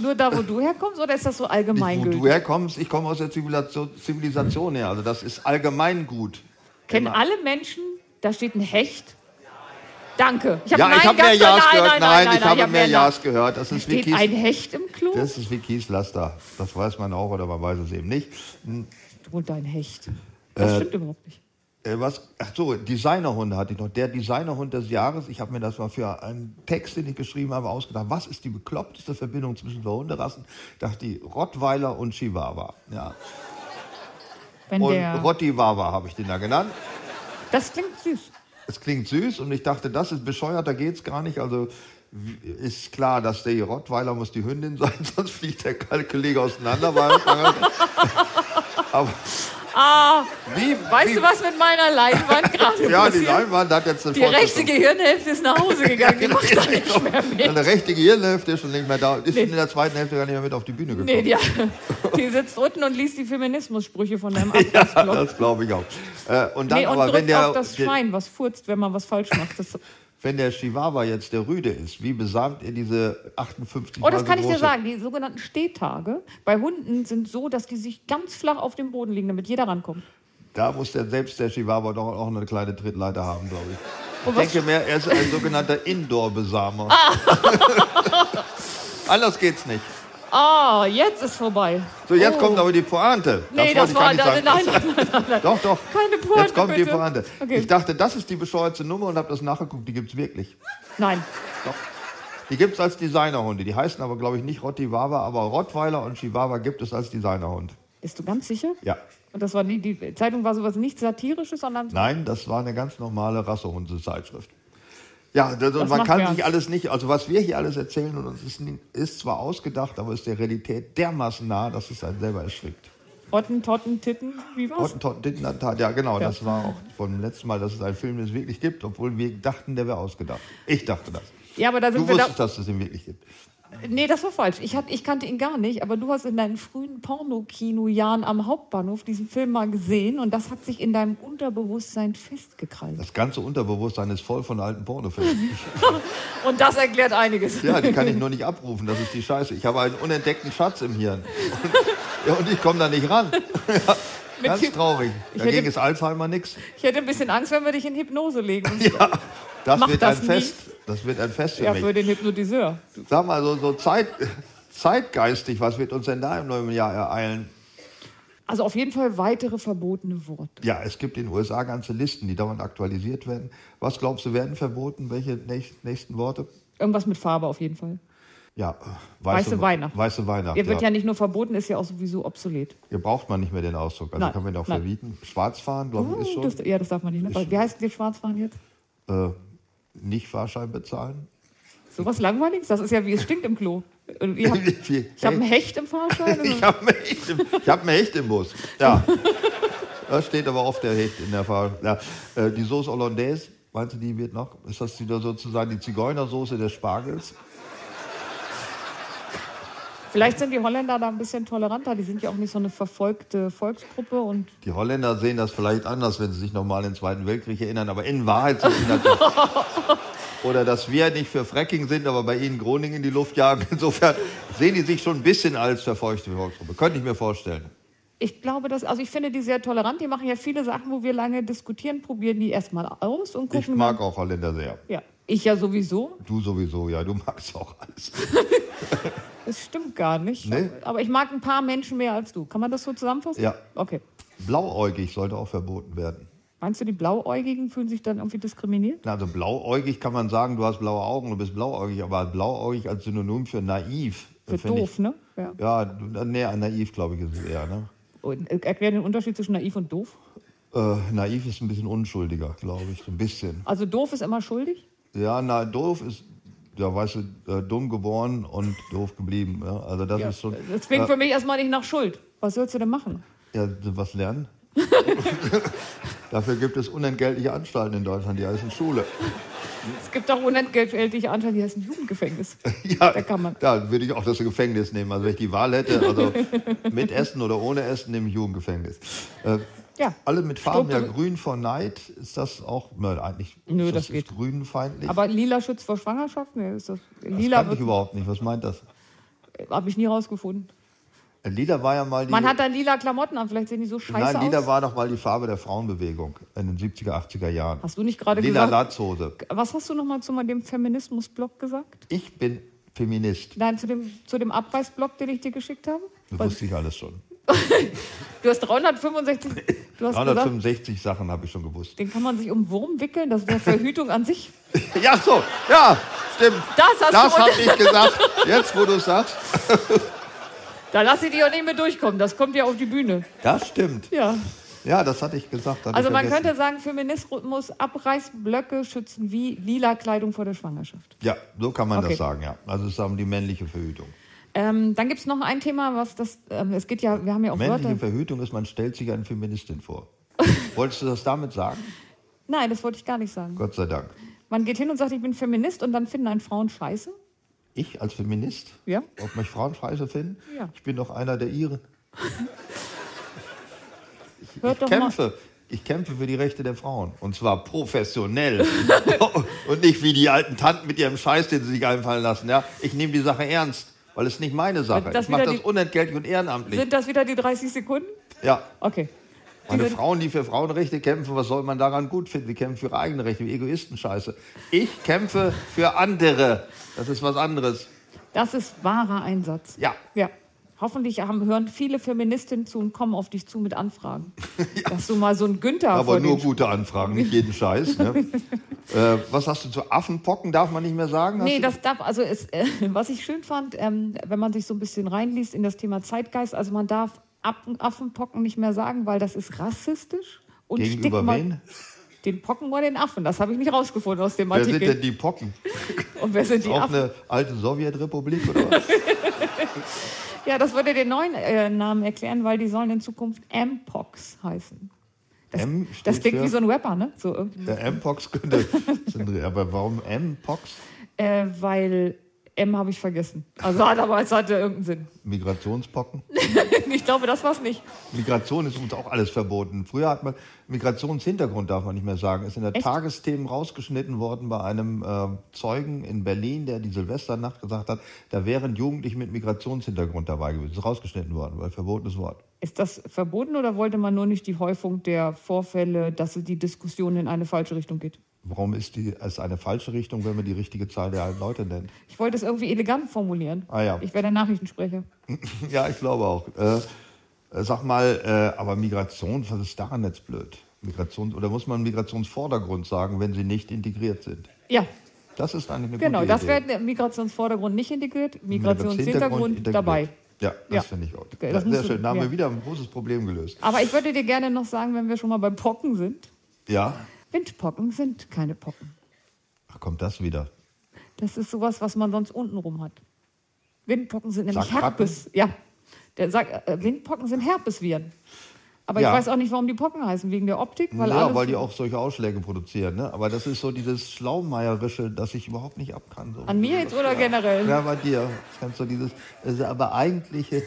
[SPEAKER 3] nur da, wo du herkommst, oder ist das so
[SPEAKER 4] wo
[SPEAKER 3] allgemeingültig?
[SPEAKER 4] du herkommst, ich komme aus der Zivilisation, Zivilisation her. Also das ist allgemein gut.
[SPEAKER 3] Kennen alle Menschen, da steht ein Hecht? Danke. Ich habe
[SPEAKER 4] Ja,
[SPEAKER 3] nein,
[SPEAKER 4] ich habe
[SPEAKER 3] ganz
[SPEAKER 4] mehr Ja's
[SPEAKER 3] nein, Nein,
[SPEAKER 4] gehört.
[SPEAKER 3] nein, nein,
[SPEAKER 4] ich habe
[SPEAKER 3] hab
[SPEAKER 4] mehr
[SPEAKER 3] Nein.
[SPEAKER 4] Ja's gehört. Das ist
[SPEAKER 3] Steht
[SPEAKER 4] Wikis.
[SPEAKER 3] ein Hecht im Klo?
[SPEAKER 4] Das ist Wikis Laster. Das weiß man auch oder man weiß es eben nicht.
[SPEAKER 3] Und ein Hecht. Das stimmt überhaupt nicht.
[SPEAKER 4] Äh, was? Ach so, Designerhunde hatte ich noch. Der Designerhund des Jahres. Ich habe mir das mal für einen Text, den ich geschrieben habe, ausgedacht. Was ist die bekloppteste Verbindung zwischen zwei Hunderassen? Ich dachte, die Rottweiler und Chihuahua. Ja.
[SPEAKER 3] Wenn
[SPEAKER 4] Und
[SPEAKER 3] der,
[SPEAKER 4] Rottiwawa habe ich den da genannt.
[SPEAKER 3] das klingt süß.
[SPEAKER 4] Es klingt süß und ich dachte, das ist bescheuert, da geht's gar nicht. Also w- ist klar, dass der Rottweiler muss die Hündin sein, sonst fliegt der kleine Kollege auseinander. Weil Aber
[SPEAKER 3] Ah,
[SPEAKER 4] wie,
[SPEAKER 3] weißt
[SPEAKER 4] wie,
[SPEAKER 3] du, was mit meiner Leinwand gerade
[SPEAKER 4] Ja, die
[SPEAKER 3] passiert?
[SPEAKER 4] Leinwand hat jetzt eine
[SPEAKER 3] Die rechte Gehirnhälfte ist nach Hause gegangen.
[SPEAKER 4] genau.
[SPEAKER 3] Die macht da nicht mehr mit.
[SPEAKER 4] Eine rechte Gehirnhälfte ist schon nicht mehr da. Ist in der zweiten Hälfte gar nicht mehr mit auf die Bühne gekommen.
[SPEAKER 3] Nee, die, die sitzt unten und liest die Feminismus-Sprüche von deinem Abgasblock.
[SPEAKER 4] das glaube ich auch. Äh, und dann
[SPEAKER 3] nee, und
[SPEAKER 4] aber, wenn
[SPEAKER 3] drückt
[SPEAKER 4] der,
[SPEAKER 3] auf das
[SPEAKER 4] der-
[SPEAKER 3] Schwein, was furzt, wenn man was falsch macht. Das,
[SPEAKER 4] wenn der Chihuahua jetzt der Rüde ist, wie besamt er diese 58
[SPEAKER 3] oh, das
[SPEAKER 4] mal so
[SPEAKER 3] kann ich dir
[SPEAKER 4] große-
[SPEAKER 3] sagen. Die sogenannten Stehtage bei Hunden sind so, dass die sich ganz flach auf dem Boden liegen, damit jeder rankommt.
[SPEAKER 4] Da muss der, selbst der Chihuahua doch auch eine kleine Trittleiter haben, glaube ich.
[SPEAKER 3] Und
[SPEAKER 4] Ich
[SPEAKER 3] was,
[SPEAKER 4] denke mehr, er ist ein sogenannter Indoor-Besamer. Anders geht's nicht.
[SPEAKER 3] ah, jetzt ist vorbei.
[SPEAKER 4] So, jetzt
[SPEAKER 3] oh.
[SPEAKER 4] kommt aber die Pointe.
[SPEAKER 3] Nee,
[SPEAKER 4] wollte
[SPEAKER 3] das
[SPEAKER 4] ich
[SPEAKER 3] war.
[SPEAKER 4] gar nicht
[SPEAKER 3] Nein,
[SPEAKER 4] sagen.
[SPEAKER 3] nein, nein, nein, nein.
[SPEAKER 4] Doch, doch.
[SPEAKER 3] Keine Pointe,
[SPEAKER 4] Jetzt kommt die
[SPEAKER 3] bitte.
[SPEAKER 4] Pointe.
[SPEAKER 3] Okay.
[SPEAKER 4] Ich dachte, das ist die bescheuerte Nummer und habe das nachgeguckt. Die gibt's wirklich.
[SPEAKER 3] Nein.
[SPEAKER 4] Doch. Die gibt's als Designerhunde. Die heißen aber, glaube ich, nicht Rottweiler, aber Rottweiler und Chihuahua gibt es als Designerhund.
[SPEAKER 3] Bist du ganz sicher?
[SPEAKER 4] Ja.
[SPEAKER 3] Und das war nie, die Zeitung war sowas nicht satirisches, sondern
[SPEAKER 4] Nein, das war eine ganz normale Rassehundezeitschrift. Ja, das, und
[SPEAKER 3] Das
[SPEAKER 4] man
[SPEAKER 3] macht
[SPEAKER 4] kann
[SPEAKER 3] mir Angst.
[SPEAKER 4] sich alles nicht, also was wir hier alles erzählen, und uns ist, nie- ist zwar ausgedacht, aber ist der Realität dermaßen nah, dass es einen selber erschrickt.
[SPEAKER 3] Otten, Totten, Titten, wie war's?
[SPEAKER 4] Hottentottentintentat, ja genau, das war auch vom letzten Mal, dass es einen Film, den es wirklich gibt, obwohl wir dachten, der wäre ausgedacht. Ich dachte das.
[SPEAKER 3] Ja, aber da sind
[SPEAKER 4] Du
[SPEAKER 3] wir da,
[SPEAKER 4] wusstest, dass es ihn wirklich gibt.
[SPEAKER 3] Nee, das war falsch. Ich, hat, ich kannte ihn gar nicht, aber du hast in deinen frühen Pornokino-Jahren am Hauptbahnhof diesen Film mal gesehen und das hat sich in deinem Unterbewusstsein festgekrallt.
[SPEAKER 4] Das ganze Unterbewusstsein ist voll von alten Pornofilmen.
[SPEAKER 3] Und das erklärt einiges.
[SPEAKER 4] ja, die kann ich nur nicht abrufen, das ist die Scheiße. Ich habe einen unentdeckten Schatz im Hirn. Und, ja, und ich komme da nicht ran. ja,
[SPEAKER 3] Mit
[SPEAKER 4] ganz
[SPEAKER 3] Typ-
[SPEAKER 4] traurig.
[SPEAKER 3] Ich
[SPEAKER 4] Dagegen
[SPEAKER 3] hätte-
[SPEAKER 4] ist Alzheimer nix.
[SPEAKER 3] Ich hätte ein bisschen Angst, wenn wir dich in Hypnose legen.
[SPEAKER 4] Ja, das
[SPEAKER 3] Mach
[SPEAKER 4] wird
[SPEAKER 3] das
[SPEAKER 4] ein
[SPEAKER 3] nie.
[SPEAKER 4] Fest. Das wird ein Fest für
[SPEAKER 3] Ja,
[SPEAKER 4] mich.
[SPEAKER 3] für den Hypnotiseur.
[SPEAKER 4] Sag mal, so, so Zeit, zeitgeistig, was wird uns denn da im neuen Jahr ereilen?
[SPEAKER 3] Also auf jeden Fall weitere verbotene Worte.
[SPEAKER 4] Ja, es gibt in den USA ganze Listen, die dauernd aktualisiert werden. Was glaubst du, werden verboten? Welche näch- nächsten Worte?
[SPEAKER 3] Irgendwas mit Farbe auf jeden Fall.
[SPEAKER 4] Ja, äh,
[SPEAKER 3] Weiße Weihnacht.
[SPEAKER 4] Weiße Weihnacht.
[SPEAKER 3] Ihr
[SPEAKER 4] Ja,
[SPEAKER 3] wird ja nicht nur verboten, ist ja auch sowieso obsolet.
[SPEAKER 4] Hier braucht man nicht mehr den Ausdruck. Also
[SPEAKER 3] Nein,
[SPEAKER 4] kann man ihn auch
[SPEAKER 3] nein. Uh,
[SPEAKER 4] verbieten. Schwarz fahren, glaube ich, Oh, ist schon.
[SPEAKER 3] Das, ja, das darf man nicht. Ne? Wie heißt der Schwarzfahren jetzt?
[SPEAKER 4] Äh, nicht Fahrschein bezahlen.
[SPEAKER 3] Sowas Langweiliges? Das ist ja wie es stinkt im Klo. Und ihr habt- Ich habe einen Hecht im Fahrschein. oder?
[SPEAKER 4] Ich habe ein Hecht, im- ich hab ein Hecht im Bus. Ja. Da steht aber oft der Hecht in der Fahrt. Ja. Äh, die Soße Hollandaise, meinst du, die wird noch? Ist das wieder sozusagen die Zigeunersoße des Spargels?
[SPEAKER 3] Vielleicht sind die Holländer da ein bisschen toleranter. Die sind ja auch nicht so eine verfolgte Volksgruppe. Und
[SPEAKER 4] Die Holländer sehen das vielleicht anders, wenn sie sich nochmal an den Zweiten Weltkrieg erinnern, aber in Wahrheit sind sie natürlich. Oder dass wir nicht für Fracking sind, aber bei ihnen Groningen in die Luft jagen. Insofern sehen die sich schon ein bisschen als verfeuchte Volksgruppe. Könnte ich mir vorstellen.
[SPEAKER 3] ich glaube, dass, also ich finde die sehr tolerant. Die machen ja viele Sachen, wo wir lange diskutieren, probieren die erstmal aus und gucken.
[SPEAKER 4] Ich mag auch Holländer sehr.
[SPEAKER 3] Ja, ich ja sowieso.
[SPEAKER 4] Du sowieso, ja, du magst auch alles.
[SPEAKER 3] Das stimmt gar nicht.
[SPEAKER 4] Nee.
[SPEAKER 3] Aber ich mag ein paar Menschen mehr als du. Kann man das so zusammenfassen?
[SPEAKER 4] Ja.
[SPEAKER 3] Okay.
[SPEAKER 4] Blauäugig sollte auch verboten werden.
[SPEAKER 3] Meinst du, die Blauäugigen fühlen sich dann irgendwie diskriminiert?
[SPEAKER 4] Na, Also blauäugig kann man sagen, du hast blaue Augen, du bist blauäugig, aber blauäugig als Synonym für naiv. äh,
[SPEAKER 3] Für
[SPEAKER 4] finde
[SPEAKER 3] doof, ne? Ja.
[SPEAKER 4] Ich, ja, du- nee, naiv glaube ich ist es eher. Ne?
[SPEAKER 3] Und äh, erklär den Unterschied zwischen naiv und doof.
[SPEAKER 4] Äh, naiv ist ein bisschen unschuldiger, glaube ich, so ein bisschen.
[SPEAKER 3] Also doof ist immer schuldig.
[SPEAKER 4] Ja, na, doof ist, ja, weißt du, äh, dumm geboren und doof geblieben. Ja? Also das ist schon,
[SPEAKER 3] Das klingt für mich erstmal nicht nach Schuld. Was sollst du denn machen?
[SPEAKER 4] ja, was lernen? Dafür gibt es unentgeltliche Anstalten in Deutschland, die heißen Schule.
[SPEAKER 3] Es gibt auch unentgeltliche Anteile, die heißen Jugendgefängnis.
[SPEAKER 4] Ja,
[SPEAKER 3] Da kann man-
[SPEAKER 4] da würde ich auch das Gefängnis nehmen. Also wenn ich die Wahl hätte, also mit Essen oder ohne Essen, nehme ich Jugendgefängnis. Äh,
[SPEAKER 3] Ja.
[SPEAKER 4] Alle mit Farben, ja,
[SPEAKER 3] Struktur-
[SPEAKER 4] grün vor Neid, ist das auch, nein, eigentlich
[SPEAKER 3] Nö,
[SPEAKER 4] ist
[SPEAKER 3] das geht.
[SPEAKER 4] ist grünfeindlich.
[SPEAKER 3] Aber lila schützt vor Schwangerschaft? Nee, ist das.
[SPEAKER 4] das
[SPEAKER 3] Lila
[SPEAKER 4] kann ich überhaupt nicht, was meint das?
[SPEAKER 3] habe ich nie rausgefunden.
[SPEAKER 4] Äh, Lila war ja mal die...
[SPEAKER 3] Man hat da lila Klamotten an, vielleicht sehen die so scheiße
[SPEAKER 4] Nein, Lila
[SPEAKER 3] aus.
[SPEAKER 4] war doch mal die Farbe der Frauenbewegung in den 70er, 80er Jahren.
[SPEAKER 3] Hast du nicht gerade
[SPEAKER 4] Lila
[SPEAKER 3] gesagt?
[SPEAKER 4] Latzhose.
[SPEAKER 3] Was hast du nochmal zu mal dem Feminismusblock gesagt?
[SPEAKER 4] Ich bin Feminist.
[SPEAKER 3] Nein, zu dem, zu dem Abweisblock, den ich dir geschickt habe?
[SPEAKER 4] Das wusste ich alles schon.
[SPEAKER 3] Du hast 365. Du hast gesagt,
[SPEAKER 4] 365 Sachen habe ich schon gewusst.
[SPEAKER 3] den kann man sich um Wurm wickeln, das wäre Verhütung an sich.
[SPEAKER 4] Ja, so, ja, stimmt.
[SPEAKER 3] Das hast
[SPEAKER 4] das
[SPEAKER 3] du-
[SPEAKER 4] habe ich gesagt. Jetzt, wo du es sagst,
[SPEAKER 3] Da lass ich dich auch nicht mehr durchkommen, das kommt ja auf die Bühne.
[SPEAKER 4] das stimmt.
[SPEAKER 3] Ja.
[SPEAKER 4] Ja, das hatte ich gesagt. hatte
[SPEAKER 3] Also
[SPEAKER 4] ich
[SPEAKER 3] man
[SPEAKER 4] vergessen.
[SPEAKER 3] könnte sagen, Feminismus, Abreißblöcke schützen wie lila Kleidung vor der Schwangerschaft.
[SPEAKER 4] Ja, so kann man
[SPEAKER 3] Okay.
[SPEAKER 4] das sagen, ja. Also es ist um die männliche Verhütung.
[SPEAKER 3] Ähm, dann gibt es noch ein Thema, was das, ähm, es geht ja, wir haben ja auch
[SPEAKER 4] Männliche
[SPEAKER 3] Wörter.
[SPEAKER 4] Verhütung ist, man stellt sich eine Feministin vor. Wolltest du das damit sagen?
[SPEAKER 3] Nein, das wollte ich gar nicht sagen.
[SPEAKER 4] Gott sei Dank.
[SPEAKER 3] Man geht hin und sagt, ich bin Feminist und dann finden einen Frauen scheiße.
[SPEAKER 4] Ich als Feminist?
[SPEAKER 3] Ja.
[SPEAKER 4] Ob mich Frauen scheiße finden?
[SPEAKER 3] Ja.
[SPEAKER 4] Ich bin doch einer der Iren.
[SPEAKER 3] Hört
[SPEAKER 4] Ich
[SPEAKER 3] doch mal.
[SPEAKER 4] kämpfe. Ich kämpfe für die Rechte der Frauen. Und zwar professionell. und nicht wie die alten Tanten mit ihrem Scheiß, den sie sich einfallen lassen. Ja? Ich nehme die Sache ernst, weil es ist nicht meine Sache.
[SPEAKER 3] Sind das
[SPEAKER 4] ich mache
[SPEAKER 3] wieder
[SPEAKER 4] das
[SPEAKER 3] die-
[SPEAKER 4] unentgeltlich und ehrenamtlich.
[SPEAKER 3] Sind das wieder die 30 Sekunden?
[SPEAKER 4] ja.
[SPEAKER 3] Okay.
[SPEAKER 4] Meine
[SPEAKER 3] Diese-
[SPEAKER 4] Frauen, die für Frauenrechte kämpfen, was soll man daran gut finden? Sie kämpfen für ihre eigenen Rechte, wie Egoisten-Scheiße. Ich kämpfe für andere. Das ist was anderes.
[SPEAKER 3] Das ist wahrer Einsatz.
[SPEAKER 4] Ja.
[SPEAKER 3] Ja. Hoffentlich haben, hören viele Feministinnen zu und kommen auf dich zu mit Anfragen. Dass du mal so einen Günther
[SPEAKER 4] Aber
[SPEAKER 3] Ah, vor
[SPEAKER 4] nur
[SPEAKER 3] den-
[SPEAKER 4] gute Anfragen, nicht jeden Scheiß. Ne? äh, was hast du zu Affenpocken? Darf man nicht mehr sagen? Hast
[SPEAKER 3] Nee,
[SPEAKER 4] du-
[SPEAKER 3] das darf, also es, äh, was ich schön fand, ähm, wenn man sich so ein bisschen reinliest in das Thema Zeitgeist, also man darf Ab Affenpocken nicht mehr sagen, weil das ist rassistisch und
[SPEAKER 4] Gegenüber
[SPEAKER 3] Stigma-
[SPEAKER 4] wen?
[SPEAKER 3] Den Pocken oder den Affen, das habe ich nicht rausgefunden aus dem
[SPEAKER 4] Wer sind denn
[SPEAKER 3] Artikel.
[SPEAKER 4] die Pocken?
[SPEAKER 3] Und wer sind die
[SPEAKER 4] Auch
[SPEAKER 3] Affen?
[SPEAKER 4] eine alte Sowjetrepublik oder was?
[SPEAKER 3] Ja, das würde den neuen äh, Namen erklären, weil die sollen in Zukunft M-Pox heißen.
[SPEAKER 4] M steht
[SPEAKER 3] Das klingt
[SPEAKER 4] für,
[SPEAKER 3] wie so ein Rapper, ne? So, irgendwie.
[SPEAKER 4] Der M-Pox könnte. sind- Aber warum M-Pox?
[SPEAKER 3] Äh, weil M habe ich vergessen. Also hat aber es hatte irgendeinen
[SPEAKER 4] Migrationspocken?
[SPEAKER 3] Sinn. ich glaube, das war's nicht.
[SPEAKER 4] Migration ist uns auch alles verboten. Früher hat man Migrationshintergrund darf man nicht mehr sagen. Ist in der Tagesthemen rausgeschnitten worden bei einem äh, Zeugen in Berlin, der die Silvesternacht gesagt hat, da wären Jugendliche mit Migrationshintergrund dabei gewesen. Ist rausgeschnitten worden, weil verbotenes Wort.
[SPEAKER 3] Ist das verboten oder wollte man nur nicht die Häufung der Vorfälle, dass die Diskussion in eine falsche Richtung geht?
[SPEAKER 4] Warum ist die ist eine falsche Richtung, wenn man die richtige Zahl der Leute nennt?
[SPEAKER 3] Ich wollte es irgendwie elegant formulieren.
[SPEAKER 4] Ah ja.
[SPEAKER 3] Ich wäre der Nachrichtensprecher.
[SPEAKER 4] ja, ich glaube auch. Äh, äh, sag mal, äh, aber Migration, was ist daran jetzt blöd? Migration, oder muss man Migrationsvordergrund sagen, wenn sie nicht integriert sind?
[SPEAKER 3] Ja,
[SPEAKER 4] Das ist eigentlich eine
[SPEAKER 3] genau.
[SPEAKER 4] gute
[SPEAKER 3] Das
[SPEAKER 4] Idee.
[SPEAKER 3] wäre der Migrationsvordergrund nicht integriert, Migrationshintergrund
[SPEAKER 4] integriert.
[SPEAKER 3] dabei.
[SPEAKER 4] Ja, das
[SPEAKER 3] Ja.
[SPEAKER 4] finde ich auch.
[SPEAKER 3] Okay, das
[SPEAKER 4] Sehr
[SPEAKER 3] musst du-
[SPEAKER 4] schön, da haben
[SPEAKER 3] ja.
[SPEAKER 4] wir wieder ein großes Problem gelöst.
[SPEAKER 3] Aber ich würde dir gerne noch sagen, wenn wir schon mal bei Pocken sind,
[SPEAKER 4] Ja,
[SPEAKER 3] Windpocken sind keine Pocken.
[SPEAKER 4] Ach, kommt das wieder.
[SPEAKER 3] Das ist sowas, was man sonst untenrum hat. Windpocken sind nämlich
[SPEAKER 4] Sackratten?
[SPEAKER 3] Herpes. Ja, der sagt, äh, Windpocken sind Herpesviren. Aber
[SPEAKER 4] Ja.
[SPEAKER 3] ich weiß auch nicht, warum die Pocken heißen. Wegen der Optik? Weil
[SPEAKER 4] ja,
[SPEAKER 3] alle
[SPEAKER 4] weil die auch solche Ausschläge produzieren. Ne? Aber das ist so dieses Schlaumeierische, das ich überhaupt nicht ab kann. So.
[SPEAKER 3] An mir äh, jetzt oder generell?
[SPEAKER 4] Ja, bei dir. Das kannst du dieses, das ist aber eigentlich...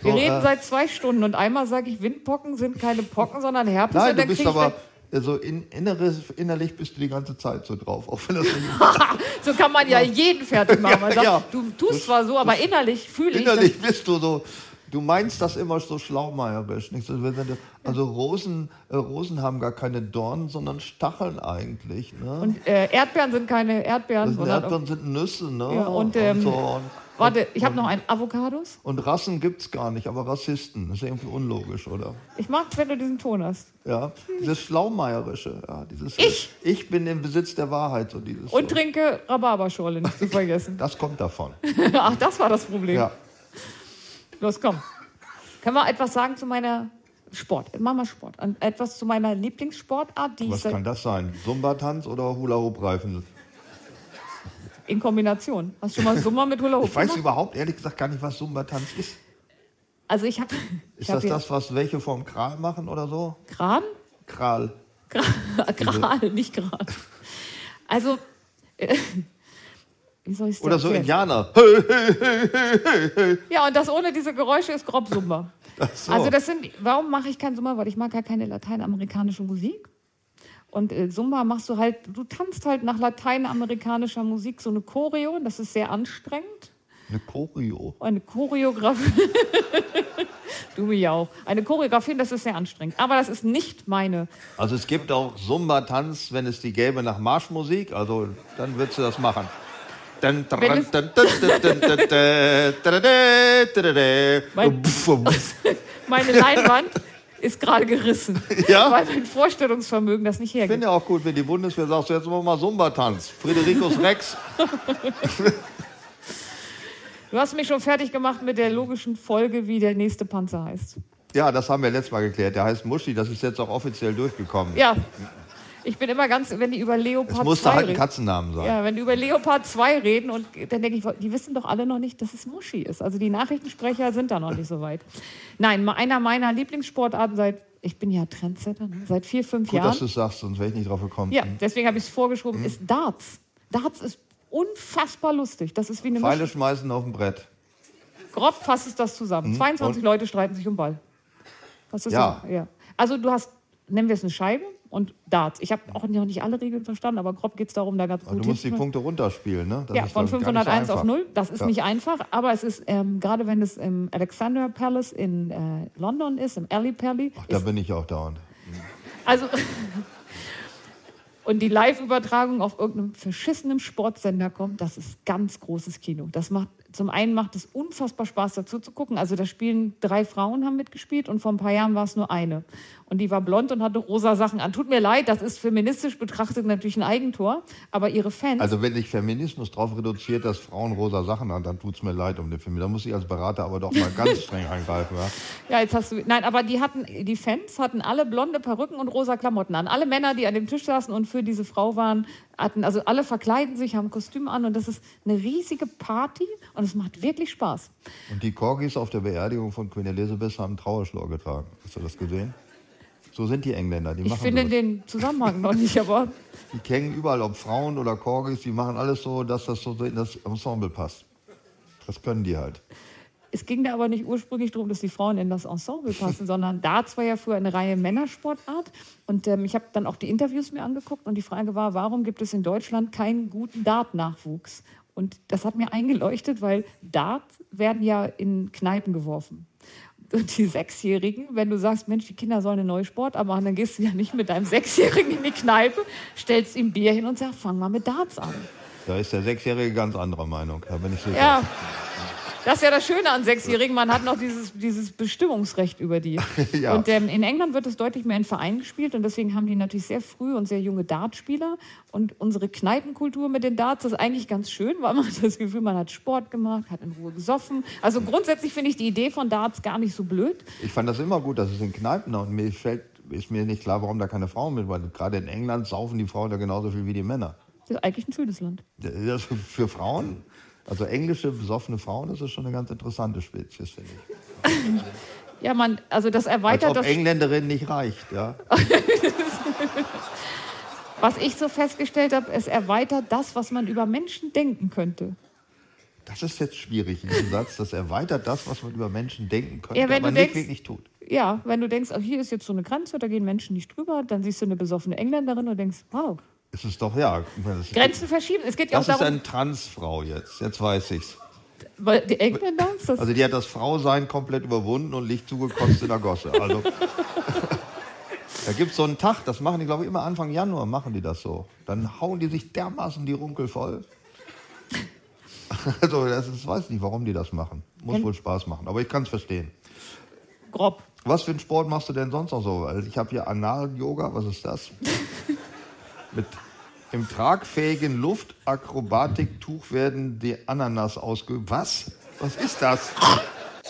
[SPEAKER 3] Wir
[SPEAKER 4] So,
[SPEAKER 3] reden
[SPEAKER 4] äh,
[SPEAKER 3] seit zwei Stunden und einmal sage ich, Windpocken sind keine Pocken, sondern Herpes.
[SPEAKER 4] Nein,
[SPEAKER 3] und
[SPEAKER 4] du
[SPEAKER 3] dann
[SPEAKER 4] bist
[SPEAKER 3] krieg
[SPEAKER 4] aber also in, inneres, innerlich bist du die ganze Zeit so drauf, auch wenn das nicht
[SPEAKER 3] Ich, so kann man ja jeden fertig machen. Man
[SPEAKER 4] Ja,
[SPEAKER 3] sagt,
[SPEAKER 4] ja.
[SPEAKER 3] Du tust zwar so, aber innerlich fühle ich das.
[SPEAKER 4] innerlich bist du so. Du meinst das immer so schlaumeierisch. Nicht? Also, wenn du- also Rosen, äh, Rosen haben gar keine Dornen, sondern Stacheln eigentlich. Ne?
[SPEAKER 3] Und äh, Erdbeeren sind keine Erdbeeren,
[SPEAKER 4] Das sind
[SPEAKER 3] sondern.
[SPEAKER 4] Erdbeeren sind Nüsse, ne?
[SPEAKER 3] Ja, und, ähm,
[SPEAKER 4] so. und,
[SPEAKER 3] warte, ich habe noch einen. Avocados?
[SPEAKER 4] und Rassen gibt's gar nicht, aber Rassisten. Das ist irgendwie unlogisch, oder?
[SPEAKER 3] Ich mag, wenn du diesen Ton hast.
[SPEAKER 4] Ja. Dieses Schlaumeierische, ja, dieses
[SPEAKER 3] Ich?
[SPEAKER 4] ich bin im Besitz der Wahrheit, so dieses.
[SPEAKER 3] Und
[SPEAKER 4] so.
[SPEAKER 3] trinke Rhabarberschorle, nicht zu vergessen.
[SPEAKER 4] Das kommt davon.
[SPEAKER 3] Ach, das war das Problem.
[SPEAKER 4] Ja.
[SPEAKER 3] Los, komm. Können wir etwas sagen zu meiner Sport? Mach mal Sport. An- Etwas zu meiner Lieblingssportart, die
[SPEAKER 4] Was
[SPEAKER 3] ich
[SPEAKER 4] kann das sein? Zumba-Tanz oder Hula-Hoop-Reifen?
[SPEAKER 3] in Kombination. Hast du schon mal Summer mit Hula Hoop
[SPEAKER 4] Ich weiß
[SPEAKER 3] gemacht?
[SPEAKER 4] überhaupt ehrlich gesagt gar nicht, was Zumba-Tanz ist.
[SPEAKER 3] Also ich habe.
[SPEAKER 4] Ist das das, was welche vom Kral machen oder so?
[SPEAKER 3] Kran?
[SPEAKER 4] Kral.
[SPEAKER 3] Kra- Kral, nicht Kral. Also, äh, wie soll ich
[SPEAKER 4] Oder so Indianer.
[SPEAKER 3] Ja, und das ohne diese Geräusche ist grob Sumba.
[SPEAKER 4] so.
[SPEAKER 3] Also das sind, warum mache ich kein Sumba? Weil ich mag ja keine lateinamerikanische Musik. Und äh, Sumba machst du halt, du tanzt halt nach lateinamerikanischer Musik so eine Choreo, das ist sehr anstrengend.
[SPEAKER 4] Eine Choreo.
[SPEAKER 3] Eine Choreografie. du mich auch. Eine Choreografie, das ist sehr anstrengend. Aber das ist nicht meine.
[SPEAKER 4] Also es gibt auch Zumba-Tanz, wenn es die gäbe nach Marschmusik. Also dann würdest du das machen. Dun, dun,
[SPEAKER 3] Wenn es-
[SPEAKER 4] dun, dun, dun, dun, dun, dun, tadadä, tadadä.
[SPEAKER 3] Mein-
[SPEAKER 4] Pff, pff.
[SPEAKER 3] Meine Leinwand ist gerade gerissen.
[SPEAKER 4] Ja?
[SPEAKER 3] Weil mein Vorstellungsvermögen das nicht
[SPEAKER 4] Ich
[SPEAKER 3] hergibt.
[SPEAKER 4] finde ja auch gut, wenn die Bundeswehr sagt, so, jetzt machen wir mal Zumba-Tanz. Friederikus Rex.
[SPEAKER 3] Du hast mich schon fertig gemacht mit der logischen Folge, wie der nächste Panzer heißt.
[SPEAKER 4] Ja, das haben wir letztes Mal geklärt. Der heißt Muschi, das ist jetzt auch offiziell durchgekommen.
[SPEAKER 3] Ja. Ich bin immer ganz, wenn die über
[SPEAKER 4] es
[SPEAKER 3] Leopard
[SPEAKER 4] musste
[SPEAKER 3] 2
[SPEAKER 4] halt ein
[SPEAKER 3] reden.
[SPEAKER 4] Katzennamen sein.
[SPEAKER 3] ja, wenn die über Leopard 2 reden und dann denke ich, die wissen doch alle noch nicht, dass es Muschi ist. Also die Nachrichtensprecher sind da noch nicht so weit. Nein, ma- einer meiner Lieblingssportarten seit, ich bin ja Trendsetter, ne? seit vier, fünf
[SPEAKER 4] Gut, Mhm.
[SPEAKER 3] Jahren.
[SPEAKER 4] dass du es sagst, sonst wäre ich nicht drauf gekommen.
[SPEAKER 3] ja, deswegen habe ich es vorgeschoben, ist Darts. Darts ist unfassbar lustig. Das ist wie eine
[SPEAKER 4] Pfeile
[SPEAKER 3] Muschi.
[SPEAKER 4] schmeißen auf dem Brett.
[SPEAKER 3] Grob fasst es das zusammen. 22
[SPEAKER 4] Mhm. Und-
[SPEAKER 3] Leute streiten sich um Ball. Das ist
[SPEAKER 4] Ja.
[SPEAKER 3] so- ja. Also du hast, nennen wir es eine Scheibe und Darts. Ich habe auch noch nicht alle Regeln verstanden, aber grob geht es darum, da ganz
[SPEAKER 4] Und
[SPEAKER 3] gut
[SPEAKER 4] du musst die
[SPEAKER 3] hinzukommen.
[SPEAKER 4] Punkte runterspielen, ne? Das
[SPEAKER 3] Ja,
[SPEAKER 4] ist
[SPEAKER 3] von
[SPEAKER 4] dann gar
[SPEAKER 3] 501
[SPEAKER 4] nicht so
[SPEAKER 3] auf
[SPEAKER 4] einfach.
[SPEAKER 3] 0. Das ist
[SPEAKER 4] Ja.
[SPEAKER 3] nicht einfach, aber es ist, ähm, gerade wenn es im Alexander Palace in äh, London ist, im Alley Pally,
[SPEAKER 4] Ach, da
[SPEAKER 3] ist,
[SPEAKER 4] bin ich auch dauernd.
[SPEAKER 3] also und die Live-Übertragung auf irgendeinem verschissenen Sportsender kommt, das ist ganz großes Kino. Das macht zum einen macht es unfassbar Spaß, dazu zu gucken. Also da spielen drei Frauen haben mitgespielt und vor ein paar Jahren war es nur eine. Und die war blond und hatte rosa Sachen an. Tut mir leid, das ist feministisch betrachtet natürlich ein Eigentor, aber ihre Fans.
[SPEAKER 4] Also wenn sich Feminismus darauf reduziert, dass Frauen rosa Sachen haben, dann tut es mir leid um den Film. Da muss ich als Berater aber doch mal ganz streng eingreifen. Ja?
[SPEAKER 3] Ja, jetzt hast du. Nein, aber die hatten, die Fans hatten alle blonde Perücken und rosa Klamotten an. Alle Männer, die an dem Tisch saßen und für diese Frau waren, hatten, also alle verkleiden sich, haben Kostüme an und das ist eine riesige Party und es macht wirklich Spaß.
[SPEAKER 4] Und die Corgis auf der Beerdigung von Queen Elizabeth haben einen Trauerschlor getragen. Hast du das gesehen? So sind die Engländer, die
[SPEAKER 3] Ich
[SPEAKER 4] machen
[SPEAKER 3] finde
[SPEAKER 4] so.
[SPEAKER 3] den Zusammenhang noch nicht, aber
[SPEAKER 4] Die kennen überall, ob Frauen oder Corgis, die machen alles so, dass das so in das Ensemble passt. Das können die halt.
[SPEAKER 3] es ging da aber nicht ursprünglich darum, dass die Frauen in das Ensemble passen, sondern Darts war ja früher eine Reihe Männersportart. Und ähm, ich habe dann auch die Interviews mir angeguckt und die Frage war, warum gibt es in Deutschland keinen guten Dart-Nachwuchs? Und das hat mir eingeleuchtet, weil Darts werden ja in Kneipen geworfen. Und die Sechsjährigen, wenn du sagst, Mensch, die Kinder sollen eine neue Sportart machen, dann gehst du ja nicht mit deinem Sechsjährigen in die Kneipe, stellst ihm Bier hin und sagst, fang mal mit Darts an.
[SPEAKER 4] Da ist der Sechsjährige ganz anderer Meinung, da bin ich sicher.
[SPEAKER 3] Ja. Das ist ja das Schöne an Sechsjährigen, man hat noch dieses, dieses Bestimmungsrecht über die.
[SPEAKER 4] Ja.
[SPEAKER 3] Und ähm, in England wird es deutlich mehr in Vereinen gespielt und deswegen haben die natürlich sehr früh und sehr junge Dartspieler. Und unsere Kneipenkultur mit den Darts ist eigentlich ganz schön, weil man hat das Gefühl, man hat Sport gemacht, hat in Ruhe gesoffen. Also grundsätzlich finde ich die Idee von Darts gar nicht so blöd.
[SPEAKER 4] Ich fand das immer gut, dass es in Kneipen und mir fällt, ist mir nicht klar, warum da keine Frauen mit waren. Gerade in England saufen die Frauen da genauso viel wie die Männer.
[SPEAKER 3] Das ist eigentlich ein schönes Land.
[SPEAKER 4] Das für Frauen, also englische besoffene Frauen, das ist schon eine ganz interessante Spezies, finde ich.
[SPEAKER 3] Ja, man, also das
[SPEAKER 4] Als
[SPEAKER 3] erweitert
[SPEAKER 4] ob
[SPEAKER 3] das.
[SPEAKER 4] Engländerin nicht reicht, ja.
[SPEAKER 3] Was ich so festgestellt habe, es erweitert das, was man über Menschen denken könnte.
[SPEAKER 4] Das ist jetzt schwierig, diesen Satz. Das erweitert das, was man über Menschen denken könnte,
[SPEAKER 3] Ja, wenn
[SPEAKER 4] aber
[SPEAKER 3] du
[SPEAKER 4] nicht
[SPEAKER 3] denkst-
[SPEAKER 4] wirklich tut.
[SPEAKER 3] Ja, wenn du denkst, ach, hier ist jetzt so eine Grenze, da gehen Menschen nicht drüber, dann siehst du eine besoffene Engländerin und denkst, wow,
[SPEAKER 4] Es ist doch, ja. ich meine, Das,
[SPEAKER 3] Grenzen verschieben. Es geht ja auch
[SPEAKER 4] das ist
[SPEAKER 3] darum,
[SPEAKER 4] eine Transfrau jetzt, jetzt weiß ich's.
[SPEAKER 3] weil die Engländer, das,
[SPEAKER 4] Also die hat das Frausein komplett überwunden und liegt zugekotzt in der Gosse. Also, da gibt es so einen Tag, das machen die, glaube ich, immer Anfang Januar machen die das so. Dann hauen die sich dermaßen die Runkel voll. Also das ist, weiß nicht, warum die das machen. Muss wohl Spaß machen, aber ich kann es verstehen.
[SPEAKER 3] grob.
[SPEAKER 4] Was für einen Sport machst du denn sonst noch so? Also ich habe hier Anal-Yoga, was ist das? Mit im tragfähigen Luftakrobatiktuch werden die Ananas ausgeübt. Was? Was ist das?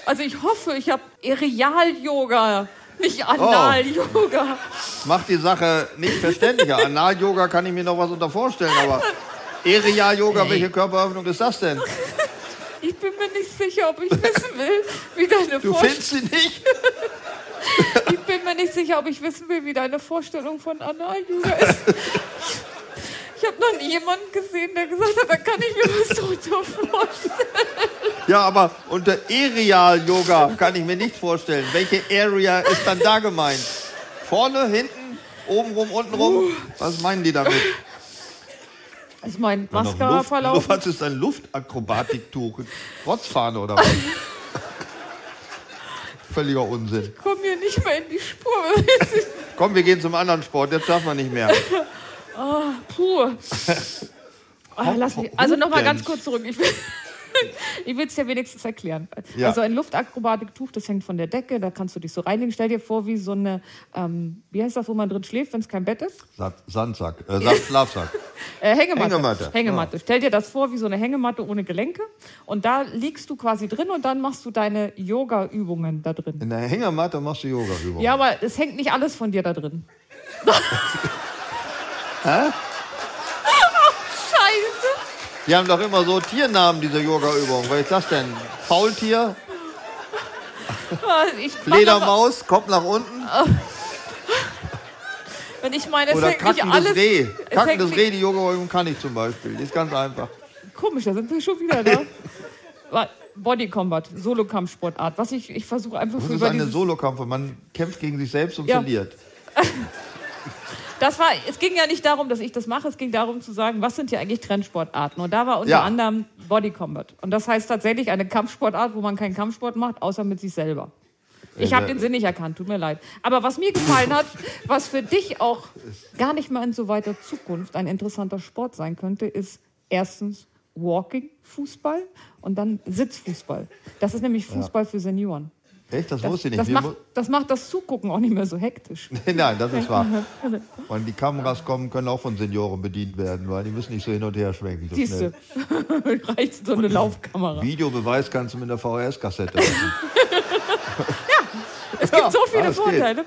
[SPEAKER 3] Also ich hoffe, ich habe Aerial-Yoga, nicht
[SPEAKER 4] Oh.
[SPEAKER 3] Anal-Yoga.
[SPEAKER 4] Macht die Sache nicht verständlicher. Anal-Yoga kann ich mir noch was unter vorstellen, aber Aerial-Yoga, welche Körperöffnung ist das denn?
[SPEAKER 3] Ich bin mir nicht sicher, ob ich wissen will, wie deine
[SPEAKER 4] Du
[SPEAKER 3] Vorstellung.
[SPEAKER 4] findest sie nicht?
[SPEAKER 3] Ich bin mir nicht sicher, ob ich wissen will, wie deine Vorstellung von Anna Ayuga ist. Ich habe noch nie jemanden gesehen, der gesagt hat, da kann ich mir was drunter vorstellen.
[SPEAKER 4] Ja, aber unter Aerial-Yoga kann ich mir nicht vorstellen. Welche Area ist dann da gemeint? Vorne, hinten, oben rum, unten rum? Was meinen die damit?
[SPEAKER 3] Ist mein
[SPEAKER 4] Noch
[SPEAKER 3] Mascara
[SPEAKER 4] Luft-
[SPEAKER 3] verlaufen?
[SPEAKER 4] Was ist ein Luftakrobatiktuch? Rotzfahne oder was? Völliger Unsinn.
[SPEAKER 3] Ich komme hier nicht mehr in die Spur.
[SPEAKER 4] Komm, wir gehen zum anderen Sport. Jetzt darf man nicht mehr.
[SPEAKER 3] Puh. Ah, lass mich. Also nochmal ganz kurz
[SPEAKER 4] Hopdance.
[SPEAKER 3] zurück. Ich will ich will es dir wenigstens erklären.
[SPEAKER 4] Ja.
[SPEAKER 3] Also ein Luftakrobatiktuch, das hängt von der Decke, da kannst du dich so reinlegen. Stell dir vor, wie so eine, ähm, wie heißt das, wo man drin schläft, wenn es kein Bett ist?
[SPEAKER 4] Sa- Sandsack, äh, Sa- Schlafsack.
[SPEAKER 3] Äh, Hängematte.
[SPEAKER 4] Hängematte.
[SPEAKER 3] Hängematte. Stell dir das vor wie so eine Hängematte ohne Gelenke. Und da liegst du quasi drin und dann machst du deine Yoga-Übungen da drin.
[SPEAKER 4] In der Hängematte machst du Yoga-Übungen.
[SPEAKER 3] Ja, aber es hängt nicht alles von dir da drin. Scheiße.
[SPEAKER 4] Die haben doch immer so Tiernamen, diese Yoga-Übungen. Was ist das denn? Faultier?
[SPEAKER 3] Ah, Ich mach aber-
[SPEAKER 4] Fledermaus? Kommt nach unten?
[SPEAKER 3] Wenn ich meine, es
[SPEAKER 4] Oder
[SPEAKER 3] hängt nicht
[SPEAKER 4] kackendes
[SPEAKER 3] alles.
[SPEAKER 4] Reh.
[SPEAKER 3] es hängt
[SPEAKER 4] Kackendes
[SPEAKER 3] nicht-
[SPEAKER 4] Reh, die Yoga-Übung kann ich zum Beispiel. Die ist ganz einfach.
[SPEAKER 3] Komisch, da sind wir schon wieder da. Wa- Body Combat, Solo-Kampfsportart. Was ich, ich versuche einfach
[SPEAKER 4] Das
[SPEAKER 3] für
[SPEAKER 4] ist
[SPEAKER 3] über
[SPEAKER 4] eine
[SPEAKER 3] dieses,
[SPEAKER 4] Solokampfe. Man kämpft gegen sich selbst und
[SPEAKER 3] Ja.
[SPEAKER 4] verliert.
[SPEAKER 3] Das war, es ging ja nicht darum, dass ich das mache, es ging darum zu sagen, was sind hier eigentlich Trendsportarten? Und da war unter
[SPEAKER 4] Ja.
[SPEAKER 3] anderem Body Combat. Und das heißt tatsächlich eine Kampfsportart, wo man keinen Kampfsport macht, außer mit sich selber. Ich habe den Sinn nicht erkannt, tut mir leid. Aber was mir gefallen hat, was für dich auch gar nicht mal in so weiter Zukunft ein interessanter Sport sein könnte, ist erstens Walking, Fußball und dann Sitzfußball. Das ist nämlich Fußball für Senioren.
[SPEAKER 4] Echt? Das,
[SPEAKER 3] Das,
[SPEAKER 4] wusste ich nicht.
[SPEAKER 3] das,
[SPEAKER 4] Wir
[SPEAKER 3] macht,
[SPEAKER 4] mu-
[SPEAKER 3] das macht das Zugucken auch nicht mehr so hektisch.
[SPEAKER 4] Nein, das ist wahr.
[SPEAKER 3] Also,
[SPEAKER 4] Und die Kameras kommen, können auch von Senioren bedient werden, weil die müssen nicht so hin und her schwenken. So
[SPEAKER 3] Siehst du,
[SPEAKER 4] schnell.
[SPEAKER 3] reicht so eine Laufkamera.
[SPEAKER 4] Videobeweis kannst du mit der VHS-Kassette. machen.
[SPEAKER 3] Es gibt so viele
[SPEAKER 4] alles geht.
[SPEAKER 3] Vorteile. Ähm,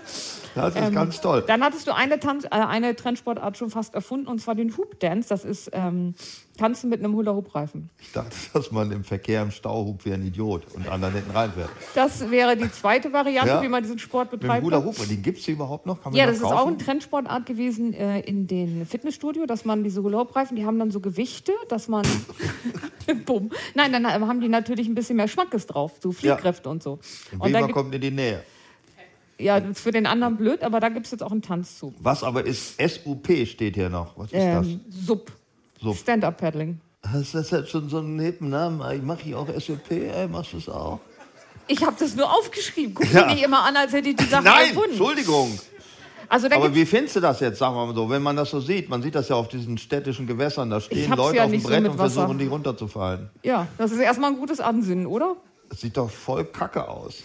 [SPEAKER 4] Das ist ganz toll.
[SPEAKER 3] Dann hattest du eine, Tanz äh, eine Trendsportart schon fast erfunden, und zwar den Hoop Dance. Das ist ähm, Tanzen mit einem Hula-Hoop-Reifen.
[SPEAKER 4] Ich dachte, dass man im Verkehr im Stau hupt wie ein Idiot und anderen hinten reinfährt.
[SPEAKER 3] Das wäre die zweite Variante,
[SPEAKER 4] Ja.
[SPEAKER 3] wie man diesen Sport
[SPEAKER 4] Mit dem
[SPEAKER 3] betreibt.
[SPEAKER 4] Hula Hoop, und den gibt es überhaupt noch? Kann man
[SPEAKER 3] Ja,
[SPEAKER 4] den
[SPEAKER 3] das ist
[SPEAKER 4] noch
[SPEAKER 3] auch
[SPEAKER 4] kaufen?
[SPEAKER 3] eine Trendsportart gewesen äh, in den Fitnessstudio, dass man diese Hula-Hoop-Reifen, die haben dann so Gewichte, dass man. Bumm. Nein, dann haben die natürlich ein bisschen mehr Schmackes drauf, so Fliehkräfte und so. Und dann
[SPEAKER 4] Weber
[SPEAKER 3] gibt,
[SPEAKER 4] kommt in die Nähe.
[SPEAKER 3] ja, das ist für den anderen blöd, aber da gibt es jetzt auch einen Tanz zu.
[SPEAKER 4] Was aber ist SUP steht hier noch? Was ist
[SPEAKER 3] Ähm, Sub.
[SPEAKER 4] Sub.
[SPEAKER 3] Stand-up-Paddling.
[SPEAKER 4] das? Hast du das jetzt schon so einen hippen Namen? Ich mache hier auch SUP, ey, machst du es auch?
[SPEAKER 3] Ich habe das nur aufgeschrieben. Guck
[SPEAKER 4] Ja.
[SPEAKER 3] mir nicht immer an, als hätte ich die Sache
[SPEAKER 4] Nein,
[SPEAKER 3] erfunden.
[SPEAKER 4] Entschuldigung.
[SPEAKER 3] Also da
[SPEAKER 4] Aber
[SPEAKER 3] gibt's,
[SPEAKER 4] wie findest du das jetzt, sagen wir mal so, wenn man das so sieht? Man sieht das ja auf diesen städtischen Gewässern, da stehen
[SPEAKER 3] hab's
[SPEAKER 4] Leute
[SPEAKER 3] ja
[SPEAKER 4] auf dem
[SPEAKER 3] nicht so
[SPEAKER 4] Brett
[SPEAKER 3] mit
[SPEAKER 4] und
[SPEAKER 3] Wasser.
[SPEAKER 4] versuchen, die runterzufallen.
[SPEAKER 3] ja, das ist erstmal ein gutes Ansinnen, oder?
[SPEAKER 4] Das sieht doch voll kacke aus.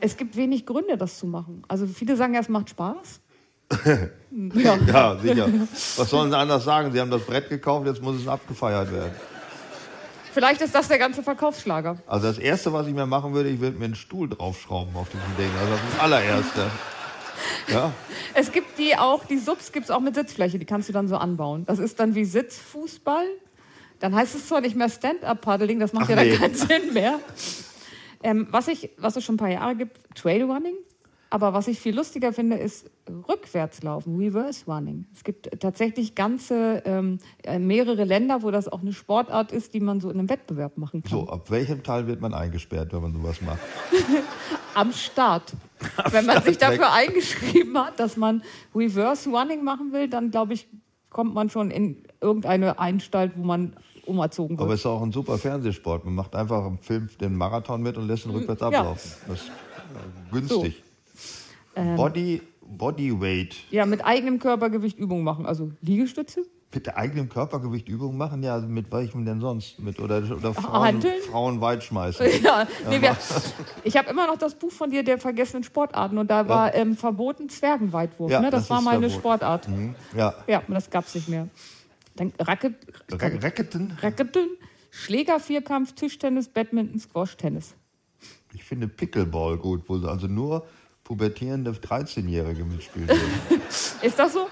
[SPEAKER 3] Es gibt wenig Gründe, das zu machen. Also viele sagen ja, es macht Spaß. ja.
[SPEAKER 4] Ja, sicher. Was sollen sie anders sagen? Sie haben das Brett gekauft, jetzt muss es abgefeiert werden.
[SPEAKER 3] Vielleicht ist das der ganze Verkaufsschlager.
[SPEAKER 4] Also das Erste, was ich mir machen würde, ich würde mir einen Stuhl draufschrauben auf diesem Ding. Also das ist das allererste. Ja,
[SPEAKER 3] Es gibt die auch, die Subs gibt es auch mit Sitzfläche, die kannst du dann so anbauen. Das ist dann wie Sitzfußball. Dann heißt es zwar nicht mehr Stand-up-Paddling, das macht
[SPEAKER 4] Ach,
[SPEAKER 3] ja dann
[SPEAKER 4] nee.
[SPEAKER 3] keinen Sinn mehr. Ähm, was, ich, was es schon ein paar Jahre gibt, Trailrunning. Aber was ich viel lustiger finde, ist Rückwärtslaufen, Reverse Running. Es gibt tatsächlich ganze ähm, äh, mehrere Länder, wo das auch eine Sportart ist, die man so in einem Wettbewerb machen kann.
[SPEAKER 4] so, ab welchem Teil wird man eingesperrt, wenn man sowas macht?
[SPEAKER 3] am Start. Wenn man sich dafür eingeschrieben hat, dass man Reverse Running machen will, dann glaube ich, kommt man schon in irgendeine Anstalt, wo man umerzogen
[SPEAKER 4] Aber
[SPEAKER 3] wird.
[SPEAKER 4] es ist auch ein super Fernsehsport. Man macht einfach im Film den Marathon mit und lässt
[SPEAKER 3] Mm,
[SPEAKER 4] ihn rückwärts ablaufen. Das ist äh, günstig.
[SPEAKER 3] ähm.
[SPEAKER 4] Body, Bodyweight.
[SPEAKER 3] Ja, mit eigenem Körpergewicht Übungen machen, also Liegestütze.
[SPEAKER 4] Mit eigenem Körpergewicht Übungen machen? Ja, also mit welchem denn sonst? Mit, oder oder Frauen,
[SPEAKER 3] Hanteln?
[SPEAKER 4] Frauen weit schmeißen.
[SPEAKER 3] Ja, nee, wir, ich habe immer noch das Buch von dir der vergessenen Sportarten und da war ähm, verboten Zwergenweitwurf.
[SPEAKER 4] Ja,
[SPEAKER 3] ne? das,
[SPEAKER 4] das
[SPEAKER 3] war
[SPEAKER 4] ist
[SPEAKER 3] mal eine
[SPEAKER 4] verboten. Mhm.
[SPEAKER 3] Sportart.
[SPEAKER 4] Ja.
[SPEAKER 3] Ja, und das gab's nicht mehr. Dann Racket,
[SPEAKER 4] Ra- Racketen?
[SPEAKER 3] Racketten, Schläger, Vierkampf, Tischtennis, Badminton, Squash, Tennis.
[SPEAKER 4] Ich finde Pickleball gut, wo also nur pubertierende 13-Jährige mitspielen. dürfen.
[SPEAKER 3] Ist das so?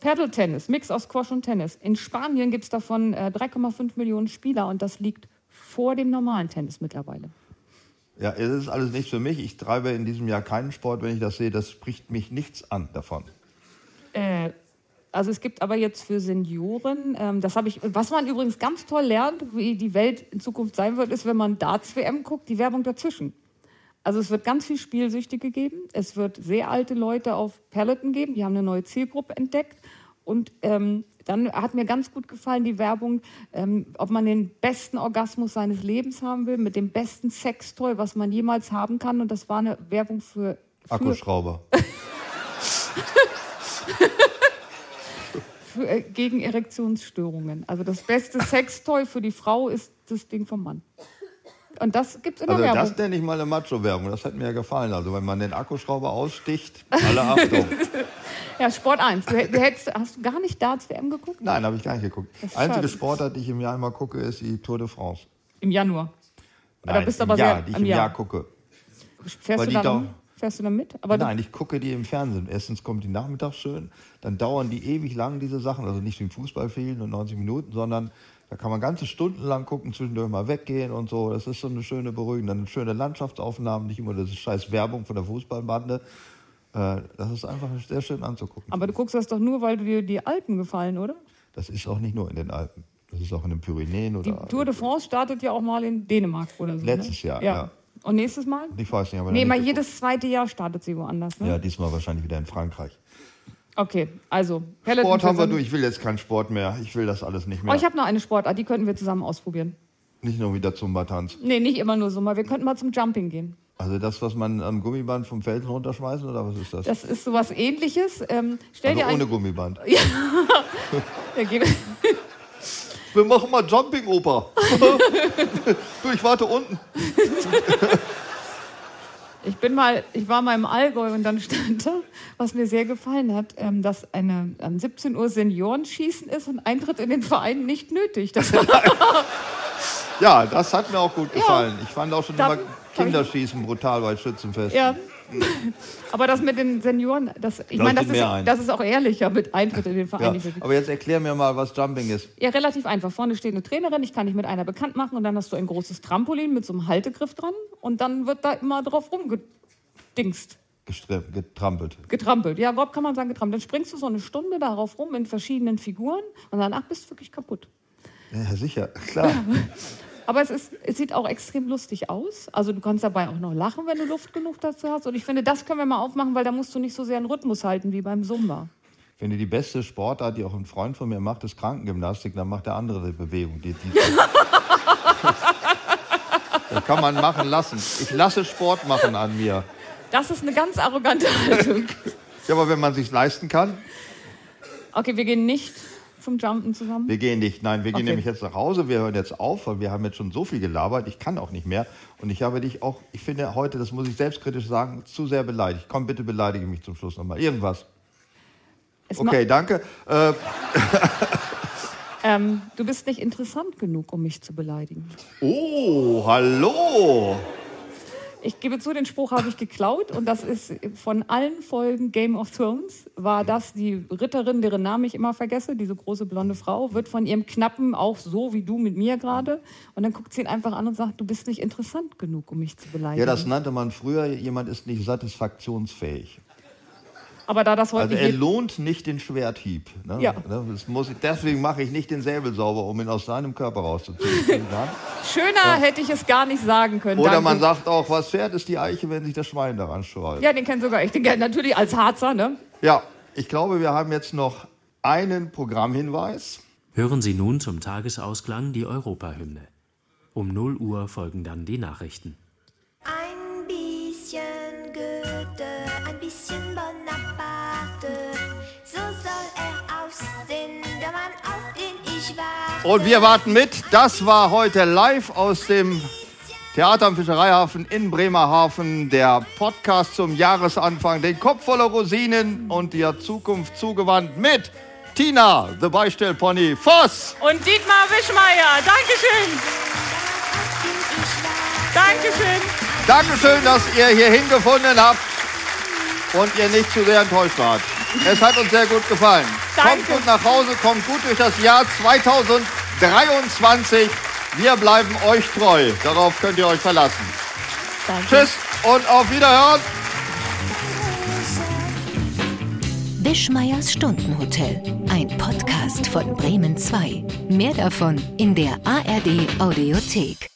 [SPEAKER 3] Paddle-Tennis, Mix aus Squash und Tennis. In Spanien gibt es davon äh, 3,5 Millionen Spieler und das liegt vor dem normalen Tennis mittlerweile.
[SPEAKER 4] Ja, es ist alles nichts für mich. Ich treibe in diesem Jahr keinen Sport. Wenn ich das sehe, das spricht mich nichts an davon.
[SPEAKER 3] Äh, also es gibt aber jetzt für Senioren, ähm, das habe ich, was man übrigens ganz toll lernt, wie die Welt in Zukunft sein wird, ist, wenn man Darts WM guckt, die Werbung dazwischen. Also es wird ganz viel Spielsüchtige geben. Es wird sehr alte Leute auf Paletten geben. Die haben eine neue Zielgruppe entdeckt. Und ähm, dann hat mir ganz gut gefallen die Werbung, ähm, ob man den besten Orgasmus seines Lebens haben will, mit dem besten Sextoy, was man jemals haben kann. Und das war eine Werbung für, für
[SPEAKER 4] Akkuschrauber.
[SPEAKER 3] für, äh, gegen Erektionsstörungen. Also das beste Sextoy für die Frau ist das Ding vom Mann. Und das gibt es in der
[SPEAKER 4] Also
[SPEAKER 3] Werbung.
[SPEAKER 4] das nenne ich mal eine Macho-Werbung. Das hat mir ja gefallen. Also wenn man den Akkuschrauber aussticht, alle Achtung.
[SPEAKER 3] Ja, Sport 1. Du, hä- du hättest, hast du gar nicht Darts WM geguckt?
[SPEAKER 4] Nein, habe ich gar nicht geguckt.
[SPEAKER 3] Das ist
[SPEAKER 4] Einzige
[SPEAKER 3] schade.
[SPEAKER 4] Sportart, die ich im Jahr immer gucke, ist die Tour de France.
[SPEAKER 3] Im Januar.
[SPEAKER 4] Nein,
[SPEAKER 3] bist du
[SPEAKER 4] im
[SPEAKER 3] aber
[SPEAKER 4] Jahr,
[SPEAKER 3] sehr-
[SPEAKER 4] die ich
[SPEAKER 3] im
[SPEAKER 4] im Jahr,
[SPEAKER 3] Jahr.
[SPEAKER 4] gucke. Weil
[SPEAKER 3] Fährst du,
[SPEAKER 4] die
[SPEAKER 3] dann,
[SPEAKER 4] da-
[SPEAKER 3] fährst du dann mit? Aber
[SPEAKER 4] Nein, ich gucke die im Fernsehen. Erstens kommt die nachmittags schön, dann dauern die ewig lang, diese Sachen. Also nicht wie im Fußball fehlen und 90 Minuten, sondern da kann man ganze Stunden lang gucken, zwischendurch mal weggehen und so. Das ist so eine schöne Beruhigung. Dann schöne Landschaftsaufnahmen, nicht immer diese scheiß Werbung von der Fußballbande. Äh, Das ist einfach sehr schön anzugucken.
[SPEAKER 3] du, aber du guckst das doch nur, weil dir die Alpen gefallen, oder?
[SPEAKER 4] Das ist auch nicht nur in den Alpen. Das ist auch in den Pyrenäen
[SPEAKER 3] Die
[SPEAKER 4] oder.
[SPEAKER 3] Tour de France startet ja auch mal in Dänemark oder so. ne?
[SPEAKER 4] Letztes Jahr, ja.
[SPEAKER 3] Und nächstes Mal?
[SPEAKER 4] ich weiß nicht, aber.
[SPEAKER 3] Nee,
[SPEAKER 4] noch
[SPEAKER 3] mal
[SPEAKER 4] nicht geguckt.
[SPEAKER 3] jedes zweite Jahr startet sie woanders. Ne?
[SPEAKER 4] Ja, diesmal wahrscheinlich wieder in Frankreich.
[SPEAKER 3] Okay, also. Peloton
[SPEAKER 4] Sport haben wir
[SPEAKER 3] zusammen.
[SPEAKER 4] durch. Ich will jetzt keinen Sport mehr. Ich will das alles nicht
[SPEAKER 3] Oh,
[SPEAKER 4] mehr.
[SPEAKER 3] ich habe noch eine Sportart, die könnten wir zusammen ausprobieren.
[SPEAKER 4] nicht nur wieder zum Tanz.
[SPEAKER 3] Nee, nicht immer nur so mal. Wir könnten mal zum Jumping gehen.
[SPEAKER 4] Also das, was man am Gummiband vom Feld runterschmeißen, oder was ist das?
[SPEAKER 3] Das ist sowas ähnliches. Ähm, stell
[SPEAKER 4] also
[SPEAKER 3] dir
[SPEAKER 4] ohne
[SPEAKER 3] ein.
[SPEAKER 4] Gummiband.
[SPEAKER 3] Ja, geh-
[SPEAKER 4] Wir machen mal Jumping, Opa. du, ich warte unten.
[SPEAKER 3] Ich bin mal, ich war mal im Allgäu und dann stand da, was mir sehr gefallen hat, ähm, dass eine an 17 Uhr Seniorenschießen ist und Eintritt in den Verein nicht nötig. Das
[SPEAKER 4] Ja, das hat mir auch gut gefallen. Ich fand auch schon
[SPEAKER 3] Da-
[SPEAKER 4] immer Kinderschießen brutal bei Schützenfest.
[SPEAKER 3] ja. Aber das mit den Senioren, das, ich meine, das,
[SPEAKER 4] Leuchtet
[SPEAKER 3] ist-
[SPEAKER 4] mehr ein.
[SPEAKER 3] das ist auch ehrlicher mit Eintritt in den Verein.
[SPEAKER 4] Ja,
[SPEAKER 3] nicht nötig.
[SPEAKER 4] aber jetzt erklär mir mal, was Jumping ist.
[SPEAKER 3] Ja, relativ einfach. Vorne steht eine Trainerin, ich kann dich mit einer bekannt machen und dann hast du ein großes Trampolin mit so einem Haltegriff dran und dann wird da immer drauf rumgedingst.
[SPEAKER 4] Gestr- Getrampelt.
[SPEAKER 3] Getrampelt, ja, grob kann man sagen getrampelt. Dann springst du so eine Stunde darauf rum in verschiedenen Figuren und danach bist du wirklich kaputt.
[SPEAKER 4] Ja, sicher, klar.
[SPEAKER 3] Aber es, ist, es sieht auch extrem lustig aus. Also du kannst dabei auch noch lachen, wenn du Luft genug dazu hast. Und ich finde, das können wir mal aufmachen, weil da musst du nicht so sehr einen Rhythmus halten wie beim Zumba.
[SPEAKER 4] Ich finde, die beste Sportart, die auch ein Freund von mir macht, ist Krankengymnastik. Dann macht der andere die Bewegung. Die, die das kann man machen lassen. Ich lasse Sport machen an mir.
[SPEAKER 3] Das ist eine ganz arrogante Haltung.
[SPEAKER 4] Ja, aber wenn man sich leisten kann,
[SPEAKER 3] Okay, wir gehen nicht zum Jumpen zusammen.
[SPEAKER 4] wir gehen nicht. Nein, wir gehen
[SPEAKER 3] Okay.
[SPEAKER 4] nämlich jetzt nach Hause. Wir hören jetzt auf, weil wir haben jetzt schon so viel gelabert. Ich kann auch nicht mehr. Und ich habe dich auch, ich finde heute, das muss ich selbstkritisch sagen, zu sehr beleidigt. Komm, bitte beleidige mich zum Schluss nochmal. Irgendwas.
[SPEAKER 3] Es ma-
[SPEAKER 4] Okay, danke. Äh,
[SPEAKER 3] Ähm, du bist nicht interessant genug, um mich zu beleidigen.
[SPEAKER 4] oh, hallo.
[SPEAKER 3] Ich gebe zu, den Spruch habe ich geklaut und das ist von allen Folgen Game of Thrones war das die Ritterin, deren Namen ich immer vergesse, diese große blonde Frau, wird von ihrem Knappen auch so wie du mit mir gerade und dann guckt sie ihn einfach an und sagt, du bist nicht interessant genug, um mich zu beleidigen.
[SPEAKER 4] Ja, das nannte man früher, jemand ist nicht satisfaktionsfähig.
[SPEAKER 3] Aber da das heute
[SPEAKER 4] Also er
[SPEAKER 3] hier,
[SPEAKER 4] lohnt nicht den Schwerthieb. Ne?
[SPEAKER 3] Ja.
[SPEAKER 4] Das muss ich, deswegen mache ich nicht den Säbel sauber, um ihn aus seinem Körper rauszuziehen. Vielen Dank.
[SPEAKER 3] schöner hätte ich es gar nicht sagen können.
[SPEAKER 4] Oder
[SPEAKER 3] danke.
[SPEAKER 4] man sagt auch, was fährt ist die Eiche, wenn sich das Schwein daran schreit.
[SPEAKER 3] ja, den kennt sogar ich. Den kennt natürlich als Harzer, ne?
[SPEAKER 4] ja, ich glaube, wir haben jetzt noch einen Programmhinweis.
[SPEAKER 5] Hören Sie nun zum Tagesausklang die Europahymne. Um 0 Uhr folgen dann die Nachrichten.
[SPEAKER 6] Ein bisschen Goethe, ein bisschen Bonaparte, so soll er aussehen, der Mann, auf den ich warte.
[SPEAKER 4] Und wir warten mit. Das war heute live aus dem Theater am Fischereihafen in Bremerhaven. Der Podcast zum Jahresanfang. Den Kopf voller Rosinen und der Zukunft zugewandt mit Tina, The Beistellpony Voss.
[SPEAKER 3] Und Dietmar Wischmeier, Dankeschön, Dankeschön.
[SPEAKER 4] Dankeschön, dass ihr hier hingefunden habt und ihr nicht zu sehr enttäuscht wart. Es hat uns sehr gut gefallen. Kommt gut nach Hause, kommt gut durch das Jahr 2023. Wir bleiben euch treu. Darauf könnt ihr euch verlassen.
[SPEAKER 7] Danke.
[SPEAKER 4] Tschüss und auf Wiederhören.
[SPEAKER 2] Wischmeiers Stundenhotel. Ein Podcast von Bremen 2. Mehr davon in der ARD Audiothek.